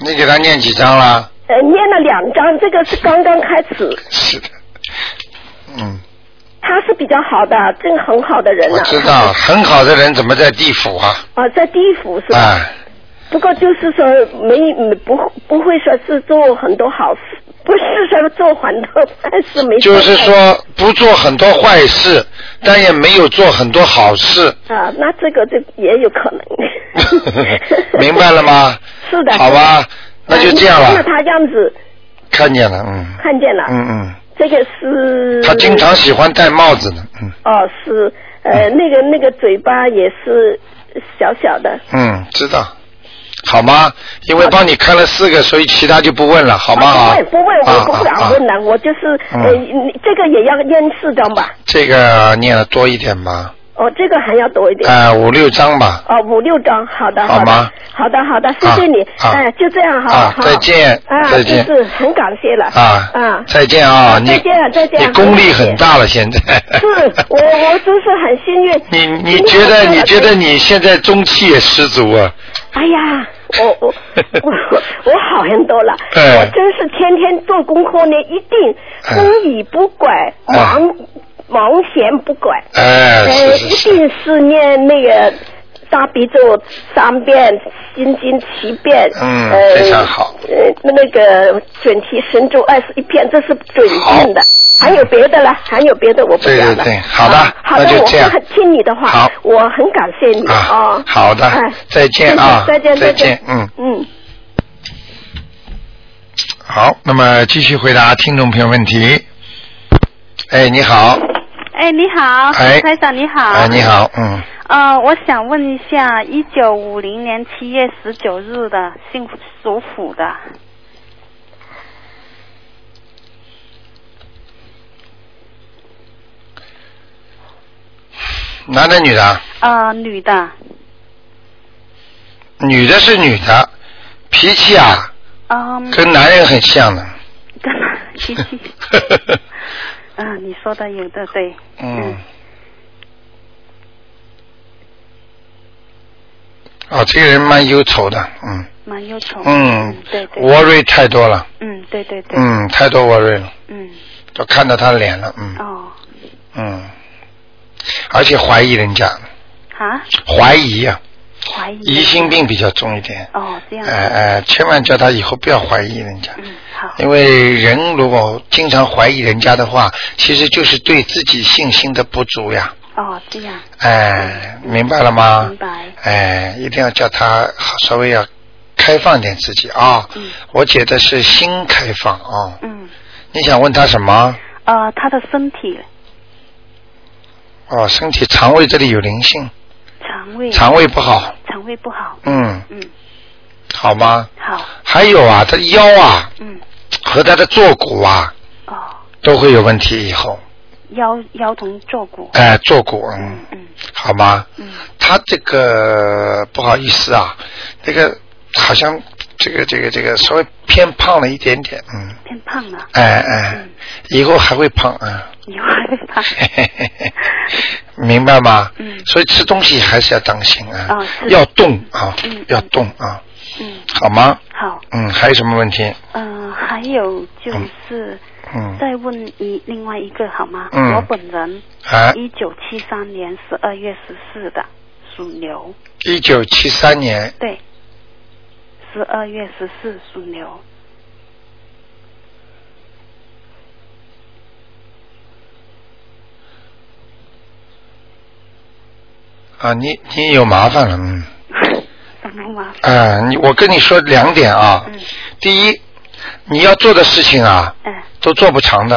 [SPEAKER 1] 你给他念几张啦？
[SPEAKER 3] 呃，念了两张，这个是刚刚开始，
[SPEAKER 1] 是的，嗯。
[SPEAKER 3] 他是比较好的，这个很好的人
[SPEAKER 1] 我
[SPEAKER 3] 呐、
[SPEAKER 1] 知道，很好的人怎么在地府啊？
[SPEAKER 3] 啊，在地府是吧？
[SPEAKER 1] 啊，
[SPEAKER 3] 不过就是说没没不不会说是做很多好事，不是说做很多坏事没做
[SPEAKER 1] 就
[SPEAKER 3] 坏
[SPEAKER 1] 是说不做很多坏事，但也没有做很多好 事，。
[SPEAKER 3] 啊，那这个就也有可能
[SPEAKER 1] 明白了？吗？
[SPEAKER 3] 是的。啊
[SPEAKER 1] 好吧，那就这样
[SPEAKER 3] 看了
[SPEAKER 1] 了。
[SPEAKER 3] 他样子，
[SPEAKER 1] 看见了，嗯，
[SPEAKER 3] 看见了，
[SPEAKER 1] 嗯嗯，
[SPEAKER 3] 这个是
[SPEAKER 1] 他经常喜嗯欢戴帽子的，嗯
[SPEAKER 3] 哦是呃、那个那个嘴巴也是小小的，
[SPEAKER 1] 嗯，知道，好吗？因为帮你看了四个，所以其他就不问了，好吗？
[SPEAKER 3] 啊
[SPEAKER 1] 啊
[SPEAKER 3] 不问不问，我不
[SPEAKER 1] 啊啊
[SPEAKER 3] 敢
[SPEAKER 1] 啊
[SPEAKER 3] 问了，我就是、
[SPEAKER 1] 嗯
[SPEAKER 3] 呃你这个也要验四张吧，
[SPEAKER 1] 啊这个念了多一点吧，
[SPEAKER 3] 哦这个还要多一点。
[SPEAKER 1] 哎，五六张吧，
[SPEAKER 3] 哦，五六张，好的，
[SPEAKER 1] 好
[SPEAKER 3] 的，
[SPEAKER 1] 吗
[SPEAKER 3] 好的，好的，谢
[SPEAKER 1] 啊
[SPEAKER 3] 谢你，
[SPEAKER 1] 啊
[SPEAKER 3] 哎，就这样哈，
[SPEAKER 1] 啊
[SPEAKER 3] 好
[SPEAKER 1] 再见
[SPEAKER 3] 啊，
[SPEAKER 1] 再见
[SPEAKER 3] 就是很感谢了，
[SPEAKER 1] 啊，
[SPEAKER 3] 啊，
[SPEAKER 1] 再见啊，
[SPEAKER 3] 啊
[SPEAKER 1] 你
[SPEAKER 3] 再见再见
[SPEAKER 1] 你功力很大了，现在。
[SPEAKER 3] 是我我真是很幸运，
[SPEAKER 1] 你你
[SPEAKER 3] 今天
[SPEAKER 1] 觉
[SPEAKER 3] 晚
[SPEAKER 1] 得
[SPEAKER 3] 上
[SPEAKER 1] 你
[SPEAKER 3] 我
[SPEAKER 1] 觉
[SPEAKER 3] 可以
[SPEAKER 1] 得你现在中气也十足啊？
[SPEAKER 3] 哎呀，我我我 我我好很多了，
[SPEAKER 1] 哎
[SPEAKER 3] 我真是天天做功课呢，一定
[SPEAKER 1] 哎
[SPEAKER 3] 风雨不拐，
[SPEAKER 1] 哎
[SPEAKER 3] 忙忙闲不拐，
[SPEAKER 1] 哎，
[SPEAKER 3] 呃，
[SPEAKER 1] 是
[SPEAKER 3] 一
[SPEAKER 1] 是是，
[SPEAKER 3] 定是念那个大悲咒三遍，心经七遍，
[SPEAKER 1] 嗯
[SPEAKER 3] 呃、
[SPEAKER 1] 非常好，
[SPEAKER 3] 呃，那个准提神咒二十一遍，这是准定的
[SPEAKER 1] 好。
[SPEAKER 3] 还有别的了，还有别的我不
[SPEAKER 1] 对
[SPEAKER 3] 讲
[SPEAKER 1] 对
[SPEAKER 3] 了。
[SPEAKER 1] 对好的
[SPEAKER 3] 啊好的，
[SPEAKER 1] 那就这样
[SPEAKER 3] 我会听你的话，
[SPEAKER 1] 好
[SPEAKER 3] 我很感谢你
[SPEAKER 1] 啊
[SPEAKER 3] 哦
[SPEAKER 1] 好的
[SPEAKER 3] 哎
[SPEAKER 1] 再见啊
[SPEAKER 3] 谢谢再见，
[SPEAKER 1] 再见
[SPEAKER 3] 见，
[SPEAKER 1] 嗯
[SPEAKER 3] 嗯。
[SPEAKER 1] 好，那么继续回答听众朋友问题。哎，你好，
[SPEAKER 4] 哎，你好，
[SPEAKER 1] 哎
[SPEAKER 4] 台长你好。
[SPEAKER 1] 哎，你。好，嗯，
[SPEAKER 4] 呃，我想问一下，一九五零年七月十九日的，姓属虎的，
[SPEAKER 1] 男的女的？
[SPEAKER 4] 呃，女的，
[SPEAKER 1] 女的是女的，脾气啊
[SPEAKER 4] 嗯，
[SPEAKER 1] 跟男人很像的。
[SPEAKER 4] 跟脾 气，嗯、你说的有的对，
[SPEAKER 1] 嗯。哦，这个人蛮忧愁的，嗯
[SPEAKER 4] 蛮忧愁。
[SPEAKER 1] 嗯
[SPEAKER 4] 哦对对，
[SPEAKER 1] ，worry 太多了，
[SPEAKER 4] 嗯，对对对，
[SPEAKER 1] 嗯，太多 worry 了，
[SPEAKER 4] 嗯，
[SPEAKER 1] 都看到他的脸了，嗯
[SPEAKER 4] 哦，
[SPEAKER 1] 嗯，而且怀疑人家，
[SPEAKER 4] 哈，
[SPEAKER 1] 怀疑啊，
[SPEAKER 4] 嗯怀疑。
[SPEAKER 1] 疑心。病比较重一点，
[SPEAKER 4] 哦，这
[SPEAKER 1] 哎
[SPEAKER 4] 样。
[SPEAKER 1] 哎，千万叫他以后不要怀疑人家，
[SPEAKER 4] 嗯，好。
[SPEAKER 1] 因为人如果经常怀疑人家的话，其实就是对自己信心的不足呀，
[SPEAKER 4] 哦，这样。
[SPEAKER 1] 哎，明白了吗？
[SPEAKER 4] 明白。
[SPEAKER 1] 哎，一定要叫他好稍微要开放点自己啊。
[SPEAKER 4] 嗯
[SPEAKER 1] 我觉得是心开放啊。
[SPEAKER 4] 嗯，
[SPEAKER 1] 你想问他什么？
[SPEAKER 4] 呃，他的身体
[SPEAKER 1] 哦，身体肠胃这里有灵性，
[SPEAKER 4] 肠肠胃
[SPEAKER 1] 肠胃不好，
[SPEAKER 4] 肠胃不好，
[SPEAKER 1] 嗯，
[SPEAKER 4] 嗯，
[SPEAKER 1] 好吗？
[SPEAKER 4] 好，
[SPEAKER 1] 还有啊，他腰啊
[SPEAKER 4] 嗯，
[SPEAKER 1] 和他的坐骨啊
[SPEAKER 4] 哦，
[SPEAKER 1] 都会有问题，以后，
[SPEAKER 4] 腰腰疼坐骨，
[SPEAKER 1] 哎、坐骨，嗯，
[SPEAKER 4] 嗯
[SPEAKER 1] 好吗？
[SPEAKER 4] 嗯，
[SPEAKER 1] 他这个不好意思啊，这个好像这个这个这个稍微偏胖了一点点，嗯，
[SPEAKER 4] 变胖了，
[SPEAKER 1] 哎哎，
[SPEAKER 4] 嗯
[SPEAKER 1] 以后还会胖， 嗯。
[SPEAKER 4] 以后还会胖，
[SPEAKER 1] 嘿嘿嘿嘿明白吗？
[SPEAKER 4] 嗯
[SPEAKER 1] 所以吃东西还是要当心啊，
[SPEAKER 4] 啊是
[SPEAKER 1] 要动啊，
[SPEAKER 4] 嗯
[SPEAKER 1] 要动啊，
[SPEAKER 4] 嗯，
[SPEAKER 1] 好吗？
[SPEAKER 4] 好，
[SPEAKER 1] 嗯，还有什么问题？
[SPEAKER 4] 嗯、还有就是
[SPEAKER 1] 嗯，
[SPEAKER 4] 再问一另外一个好吗？
[SPEAKER 1] 嗯
[SPEAKER 4] 我本人
[SPEAKER 1] 啊，
[SPEAKER 4] 一九七三年十二月十四的，属牛，
[SPEAKER 1] 一九七三年，
[SPEAKER 4] 对，十二月十四属牛，
[SPEAKER 1] 啊，你你有麻烦了，嗯，
[SPEAKER 4] 怎么吗？
[SPEAKER 1] 啊，你我跟你说两点啊，
[SPEAKER 4] 嗯
[SPEAKER 1] 第一，你要做的事情啊，
[SPEAKER 4] 嗯，
[SPEAKER 1] 都做不长的，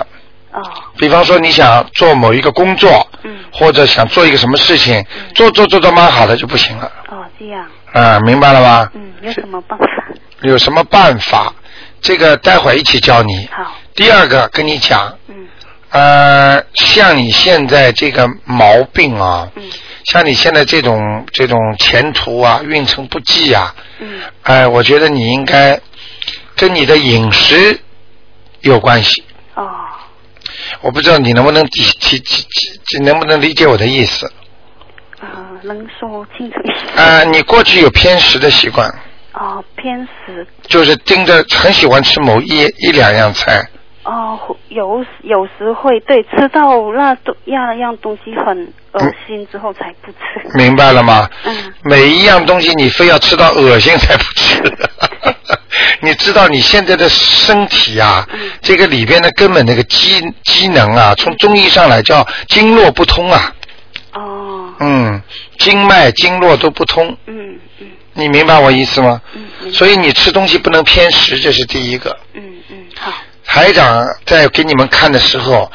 [SPEAKER 4] 哦，
[SPEAKER 1] 比方说你想做某一个工作，
[SPEAKER 4] 嗯，
[SPEAKER 1] 或者想做一个什么事情，做做做做蛮好的就不行了，
[SPEAKER 4] 哦，这样，
[SPEAKER 1] 啊，明白了吗？
[SPEAKER 4] 嗯，有什么办法？
[SPEAKER 1] 有什么办法？这个待会儿一起教你。
[SPEAKER 4] 好，
[SPEAKER 1] 第二个跟你讲，
[SPEAKER 4] 嗯
[SPEAKER 1] 呃，像你现在这个毛病啊，
[SPEAKER 4] 嗯
[SPEAKER 1] 像你现在这种这种前途啊、运程不济啊，
[SPEAKER 4] 嗯，
[SPEAKER 1] 哎、我觉得你应该跟你的饮食有关系。
[SPEAKER 4] 哦，
[SPEAKER 1] 我不知道你能不能理体体体体能不能理解我的意思？
[SPEAKER 4] 呃，能说清楚一点？
[SPEAKER 1] 啊、你过去有偏食的习惯，
[SPEAKER 4] 哦，偏食，
[SPEAKER 1] 就是盯着很喜欢吃某一一两样菜，
[SPEAKER 4] 哦，有有时会对吃到那东那样东西很恶心之后才不吃。
[SPEAKER 1] 明白了吗？
[SPEAKER 4] 嗯
[SPEAKER 1] 每一样东西你非要吃到恶心才不吃。 你知道你现在的身体啊，这个里边的根本那个机机能啊，从中医上来叫经络不通啊，
[SPEAKER 4] 哦，
[SPEAKER 1] 嗯，经脉经络都不通，
[SPEAKER 4] 嗯嗯
[SPEAKER 1] 你明白我意思吗？
[SPEAKER 4] 嗯，明白
[SPEAKER 1] 所以你吃东西不能偏食，这是第一个。
[SPEAKER 4] 嗯嗯，好，
[SPEAKER 1] 台长在给你们看的时候，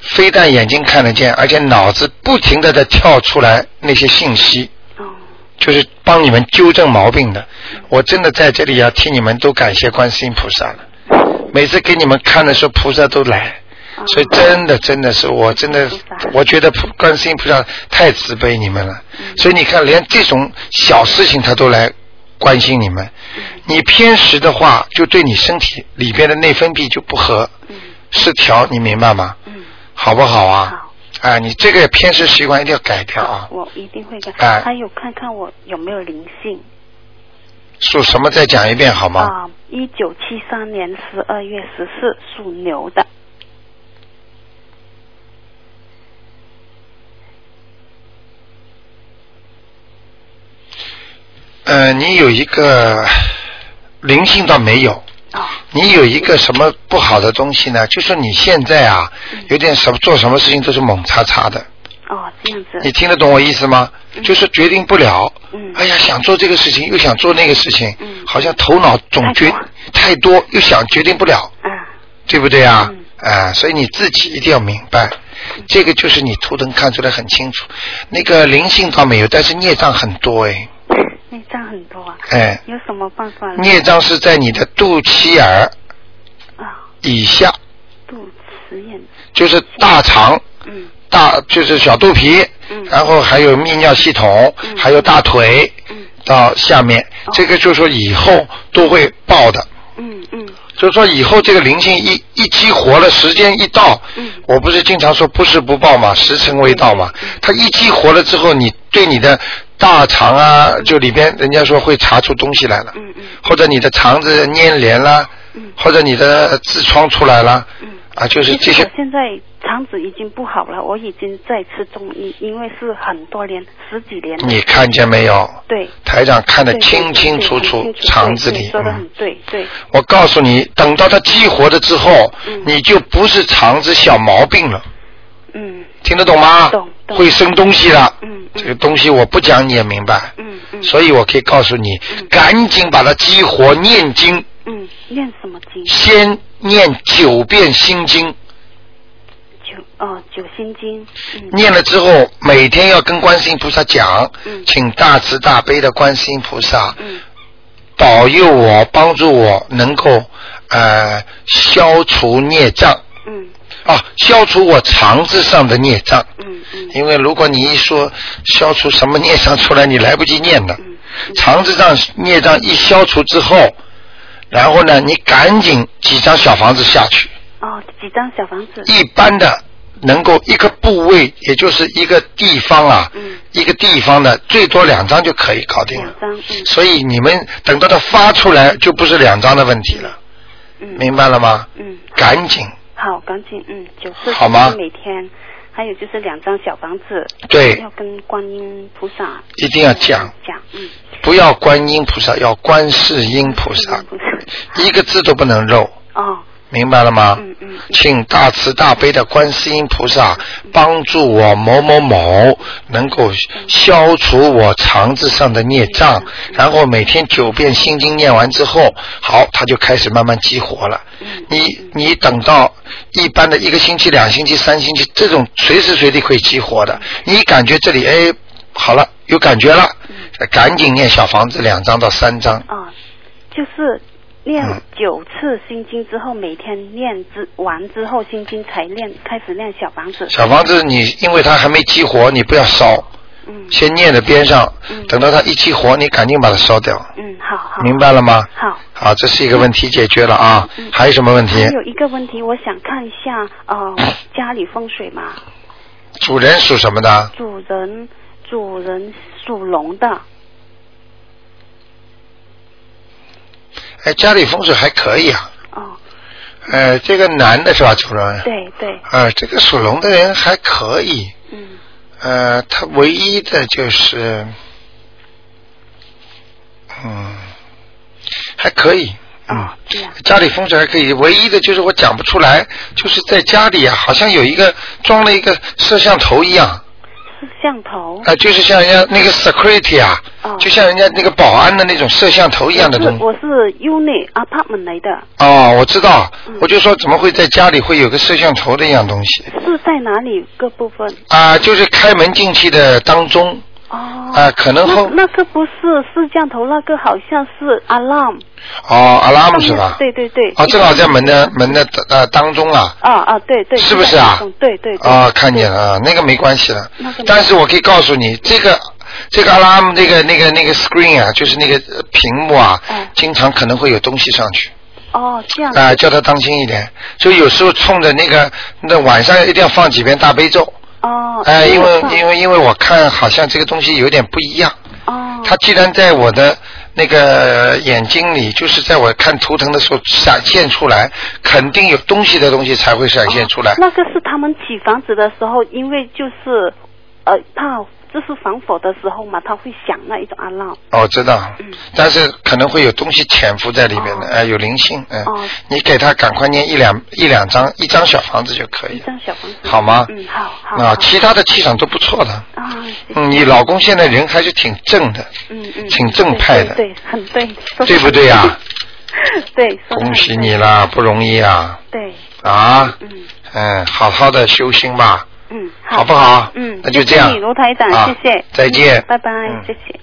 [SPEAKER 1] 非但眼睛看得见，而且脑子不停的在跳出来那些信息。
[SPEAKER 4] 哦，
[SPEAKER 1] 就是帮你们纠正毛病的。我真的在这里要替你们都感谢观世音菩萨了。每次给你们看的时候，菩萨都来，
[SPEAKER 4] 哦
[SPEAKER 1] 所以真的真的是我真的
[SPEAKER 4] 菩萨，
[SPEAKER 1] 我觉得菩观世音菩萨太慈悲你们了。所以你看，连这种小事情他都来关心你们。
[SPEAKER 4] 嗯
[SPEAKER 1] 你偏食的话，就对你身体里边的内分泌就不合
[SPEAKER 4] 嗯
[SPEAKER 1] 失调，你明白吗？
[SPEAKER 4] 嗯，
[SPEAKER 1] 好不好啊？
[SPEAKER 4] 好，哦
[SPEAKER 1] 啊，你这个偏食习惯一定要改掉啊！
[SPEAKER 4] 我一定会看。
[SPEAKER 1] 哎
[SPEAKER 4] 还有看看我有没有灵性
[SPEAKER 1] 属什么再讲一遍好吗？
[SPEAKER 4] 啊？一九七三年十二月十四属牛的，
[SPEAKER 1] 呃，你有一个灵性倒没有，
[SPEAKER 4] 哦
[SPEAKER 1] 你有一个什么不好的东西呢？就是你现在啊，有点什么做什么事情都是猛叉叉的，
[SPEAKER 4] 哦，这样
[SPEAKER 1] 你
[SPEAKER 4] 子，
[SPEAKER 1] 听得懂我意思吗？就是决定不了，
[SPEAKER 4] 嗯
[SPEAKER 1] 哎呀，想做这个事情又想做那个事情，
[SPEAKER 4] 嗯
[SPEAKER 1] 好像头脑总决太多，又想决定不了，
[SPEAKER 4] 啊，
[SPEAKER 1] 对不对啊
[SPEAKER 4] 嗯？
[SPEAKER 1] 啊、所以你自己一定要明白，这个就是你图腾看出来很清楚，那个灵性倒没有，但是孽障很多哎，
[SPEAKER 4] 内脏很多啊，
[SPEAKER 1] 哎，
[SPEAKER 4] 有什么办法呢？
[SPEAKER 1] 孽障是在你的肚脐眼儿
[SPEAKER 4] 啊，
[SPEAKER 1] 以下，
[SPEAKER 4] 肚脐眼，
[SPEAKER 1] 就是大肠、
[SPEAKER 4] 嗯
[SPEAKER 1] 大就是小肚皮，
[SPEAKER 4] 嗯
[SPEAKER 1] 然后还有泌尿系统，
[SPEAKER 4] 嗯
[SPEAKER 1] 还有大腿
[SPEAKER 4] 嗯
[SPEAKER 1] 到下面，
[SPEAKER 4] 哦
[SPEAKER 1] 这个就是说以后都会爆的。
[SPEAKER 4] 嗯嗯
[SPEAKER 1] 就是说，以后这个灵性一一激活了，时间一到，
[SPEAKER 4] 嗯
[SPEAKER 1] 我不是经常说不是不报嘛，时辰未到嘛。它一激活了之后，你对你的大肠啊，就里边人家说会查出东西来了，
[SPEAKER 4] 嗯嗯
[SPEAKER 1] 或者你的肠子粘连啦，
[SPEAKER 4] 嗯
[SPEAKER 1] 或者你的痔疮出来啦，
[SPEAKER 4] 嗯。
[SPEAKER 1] 啊，就是
[SPEAKER 4] 其
[SPEAKER 1] 这
[SPEAKER 4] 实
[SPEAKER 1] 些
[SPEAKER 4] 我现在肠子已经不好了，我已经在吃中医，因为是很多年，十几年了。
[SPEAKER 1] 你看见没有？
[SPEAKER 4] 对，
[SPEAKER 1] 台长看得
[SPEAKER 4] 对
[SPEAKER 1] 清清楚楚
[SPEAKER 4] 对，对
[SPEAKER 1] 肠子
[SPEAKER 4] 对
[SPEAKER 1] 里。
[SPEAKER 4] 说的很
[SPEAKER 1] 嗯，
[SPEAKER 4] 对，对，
[SPEAKER 1] 我告诉你，等到它激活了之后，
[SPEAKER 4] 嗯
[SPEAKER 1] 你就不是肠子小毛病了，
[SPEAKER 4] 嗯
[SPEAKER 1] 听得懂吗？
[SPEAKER 4] 懂懂
[SPEAKER 1] 会生东西了。
[SPEAKER 4] 嗯
[SPEAKER 1] 这个东西我不讲你也明白，
[SPEAKER 4] 嗯嗯
[SPEAKER 1] 所以我可以告诉你，赶紧把它激活，念经，
[SPEAKER 4] 嗯，念什么经？
[SPEAKER 1] 先念九遍心经，
[SPEAKER 4] 九哦，九心经。嗯
[SPEAKER 1] 念了之后，每天要跟观世音菩萨讲，
[SPEAKER 4] 嗯
[SPEAKER 1] 请大慈大悲的观世音菩萨
[SPEAKER 4] 嗯
[SPEAKER 1] 保佑我，帮助我能够呃消除孽障
[SPEAKER 4] 嗯
[SPEAKER 1] 啊，消除我肠子上的孽障。
[SPEAKER 4] 嗯嗯
[SPEAKER 1] 因为如果你一说消除什么孽障出来，你来不及念的。
[SPEAKER 4] 嗯
[SPEAKER 1] 肠子上孽障一消除之后，然后呢，你赶紧几张小房子下去，
[SPEAKER 4] 哦，几张小房子？
[SPEAKER 1] 一般的能够一个部位，也就是一个地方啊，
[SPEAKER 4] 嗯
[SPEAKER 1] 一个地方的最多两张就可以搞定了。
[SPEAKER 4] 两张，嗯
[SPEAKER 1] 所以你们等到它发出来，就不是两张的问题了，
[SPEAKER 4] 嗯
[SPEAKER 1] 明白了吗？
[SPEAKER 4] 嗯，
[SPEAKER 1] 赶紧，
[SPEAKER 4] 好，赶紧嗯，九四
[SPEAKER 1] 好吗
[SPEAKER 4] 每天，还有就是两张小房子，
[SPEAKER 1] 对
[SPEAKER 4] 要跟观音菩萨
[SPEAKER 1] 一定要讲，
[SPEAKER 4] 讲，嗯，
[SPEAKER 1] 不要观音菩萨，要观世音菩萨，
[SPEAKER 4] 观音菩 萨
[SPEAKER 1] 一个字都不能漏，
[SPEAKER 4] 哦，
[SPEAKER 1] 明白了吗？
[SPEAKER 4] 嗯嗯嗯
[SPEAKER 1] 请大慈大悲的观世音菩萨帮助我某某某能够消除我肠子上的孽障，然后每天九遍心经念完之后，好，他就开始慢慢激活了。
[SPEAKER 4] 嗯
[SPEAKER 1] 你你等到一般的一个星期、两星期、三星期，这种随时随地可以激活的，你感觉这里哎好了，有感觉了，赶紧念小房子两张到三张，
[SPEAKER 4] 哦，就是念
[SPEAKER 1] 嗯
[SPEAKER 4] 九次心经之后，每天念之完之后，心经才练开始练小房子，
[SPEAKER 1] 小房子你因为它还没激活，你不要烧。
[SPEAKER 4] 嗯
[SPEAKER 1] 先念在边上
[SPEAKER 4] 嗯，
[SPEAKER 1] 等到它一激活，你赶紧把它烧掉，
[SPEAKER 4] 嗯，好好，
[SPEAKER 1] 明白了吗？
[SPEAKER 4] 好。
[SPEAKER 1] 好，这是一个问题解决了啊
[SPEAKER 4] 嗯，
[SPEAKER 1] 还有什么问题
[SPEAKER 4] 还？有一个问题，我想看一下， 呃，家里风水嘛，
[SPEAKER 1] 主人属什么的？
[SPEAKER 4] 主人主人属龙的，
[SPEAKER 1] 哎，家里风水还可以啊。
[SPEAKER 4] 哦，
[SPEAKER 1] 呃，这个男的是吧，主人？。
[SPEAKER 4] 对对，
[SPEAKER 1] 呃，这个属龙的人还可以，
[SPEAKER 4] 嗯
[SPEAKER 1] 呃，他唯一的就是，嗯，还可以，嗯
[SPEAKER 4] 啊，这样，
[SPEAKER 1] 家里风水还可以，唯一的就是我讲不出来，就是在家里啊，好像有一个装了一个摄像头一样，
[SPEAKER 4] 摄像头
[SPEAKER 1] 啊、，就是像人家那个 security 啊，
[SPEAKER 4] 哦
[SPEAKER 1] 就像人家那个保安的那种摄像头一样的东西。
[SPEAKER 4] 我是我是 unit apartment 来的，
[SPEAKER 1] 哦，我知道
[SPEAKER 4] 嗯，
[SPEAKER 1] 我就说怎么会在家里会有个摄像头的一样东西
[SPEAKER 4] 是在哪里个部分？
[SPEAKER 1] 啊、就是开门进去的当中
[SPEAKER 4] 哦，
[SPEAKER 1] 啊、可能后
[SPEAKER 4] 那那个不是摄像头，那个好像是 alarm，
[SPEAKER 1] 哦，alarm 是吧？
[SPEAKER 4] 对对对，
[SPEAKER 1] 哦，正好在门的门的呃当中啊。
[SPEAKER 4] 啊啊对对，
[SPEAKER 1] 是不是啊
[SPEAKER 4] 在那种对对对，
[SPEAKER 1] 啊，看见了啊，那个没关系了
[SPEAKER 4] 那个没。
[SPEAKER 1] 但是我可以告诉你，这个这个 alarm 那个那个那个 screen 啊，就是那个呃屏幕啊
[SPEAKER 4] 嗯，
[SPEAKER 1] 经常可能会有东西上去
[SPEAKER 4] 哦这样，
[SPEAKER 1] 啊，叫他当心一点。所以有时候冲着那个那晚上一定要放几遍大悲咒，
[SPEAKER 4] 哦，
[SPEAKER 1] 哎，因为因
[SPEAKER 4] 为
[SPEAKER 1] 为因为我看好像这个东西有点不一样。
[SPEAKER 4] 哦，
[SPEAKER 1] 它既然在我的那个眼睛里，就是在我看图腾的时候闪现出来，肯定有东西的东西才会闪现出来。
[SPEAKER 4] 哦那个是他们起房子的时候，因为就是呃怕就是防火的时候嘛，他会响那一种 alarm。
[SPEAKER 1] 哦，知道
[SPEAKER 4] 嗯，
[SPEAKER 1] 但是可能会有东西潜伏在里面的，
[SPEAKER 4] 哦
[SPEAKER 1] 哎，有灵性，嗯
[SPEAKER 4] 哦，
[SPEAKER 1] 你给他赶快念一两一两张一张小房子就可
[SPEAKER 4] 一
[SPEAKER 1] 以了，
[SPEAKER 4] 张小房子。
[SPEAKER 1] 哎好吗？
[SPEAKER 4] 嗯，好好。
[SPEAKER 1] 啊，
[SPEAKER 4] 好
[SPEAKER 1] 其他的气场都不错的，
[SPEAKER 4] 啊，谢谢
[SPEAKER 1] 嗯，你老公现在人还是挺正的，
[SPEAKER 4] 嗯嗯，
[SPEAKER 1] 挺正派的
[SPEAKER 4] 对，对很对，说得
[SPEAKER 1] 对不对呀？
[SPEAKER 4] 对，说得
[SPEAKER 1] 恭喜
[SPEAKER 4] 很
[SPEAKER 1] 你
[SPEAKER 4] 对。
[SPEAKER 1] 啦，不容易啊，
[SPEAKER 4] 对，
[SPEAKER 1] 啊，
[SPEAKER 4] 嗯
[SPEAKER 1] 嗯，好好的修心吧，
[SPEAKER 4] 嗯，
[SPEAKER 1] 好不好？
[SPEAKER 4] 嗯，
[SPEAKER 1] 那就这样
[SPEAKER 4] 谢谢你卢台长，
[SPEAKER 1] 啊
[SPEAKER 4] 谢谢，
[SPEAKER 1] 再见
[SPEAKER 4] 嗯拜拜
[SPEAKER 1] 嗯，
[SPEAKER 4] 谢谢。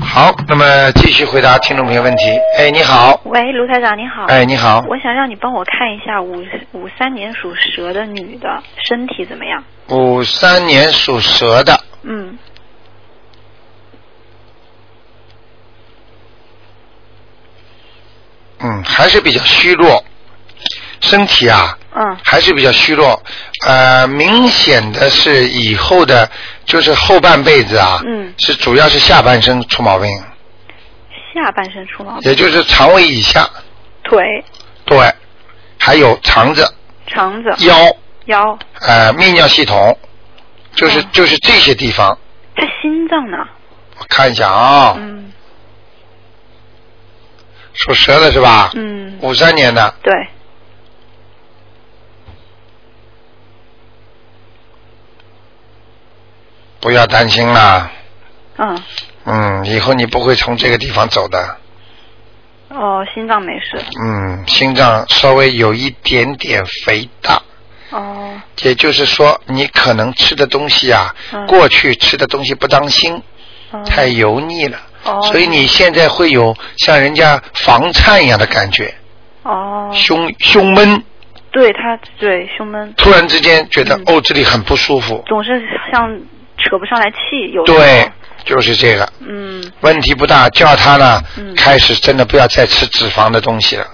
[SPEAKER 1] 好，那么继续回答听众朋友问题。哎，你好，
[SPEAKER 5] 喂，卢台长，你好。
[SPEAKER 1] 哎，你好，
[SPEAKER 5] 我想让你帮我看一下五五三年属蛇的女的身体怎么样？
[SPEAKER 1] 五三年属蛇的，
[SPEAKER 5] 嗯，
[SPEAKER 1] 嗯，还是比较虚弱，身体啊，
[SPEAKER 5] 嗯，
[SPEAKER 1] 还是比较虚弱。呃，明显的是以后的，就是后半辈子啊，
[SPEAKER 5] 嗯
[SPEAKER 1] 是主要是下半身出毛病，
[SPEAKER 5] 下半身出毛病，
[SPEAKER 1] 也就是肠胃以下，
[SPEAKER 5] 腿、
[SPEAKER 1] 对，还有肠子、
[SPEAKER 5] 肠子、
[SPEAKER 1] 腰，
[SPEAKER 5] 腰，
[SPEAKER 1] 呃，泌尿系统，就是、
[SPEAKER 5] 哦
[SPEAKER 1] 就是这些地方，
[SPEAKER 5] 她心脏呢？
[SPEAKER 1] 我看一下啊，
[SPEAKER 5] 嗯
[SPEAKER 1] 属蛇的是吧？
[SPEAKER 5] 嗯，
[SPEAKER 1] 五三年的，
[SPEAKER 5] 对，
[SPEAKER 1] 不要担心啦，
[SPEAKER 5] 嗯，
[SPEAKER 1] 嗯，以后你不会从这个地方走的，
[SPEAKER 5] 哦，心脏没事。
[SPEAKER 1] 嗯，心脏稍微有一点点肥大，
[SPEAKER 2] 哦，
[SPEAKER 1] 也就是说，你可能吃的东西啊，
[SPEAKER 2] 嗯
[SPEAKER 1] 过去吃的东西不当心，
[SPEAKER 2] 哦
[SPEAKER 1] 太油腻了，
[SPEAKER 2] 哦
[SPEAKER 1] 所以你现在会有像人家房颤一样的感觉，
[SPEAKER 2] 哦，
[SPEAKER 1] 胸胸闷，
[SPEAKER 2] 对他对胸闷
[SPEAKER 1] 突然之间觉得、
[SPEAKER 2] 嗯
[SPEAKER 1] 哦这里很不舒服，
[SPEAKER 2] 总是像扯不上来气，有时候
[SPEAKER 1] 对，就是这个。
[SPEAKER 2] 嗯，
[SPEAKER 1] 问题不大，叫他呢，
[SPEAKER 2] 嗯
[SPEAKER 1] 开始真的不要再吃脂肪的东西了，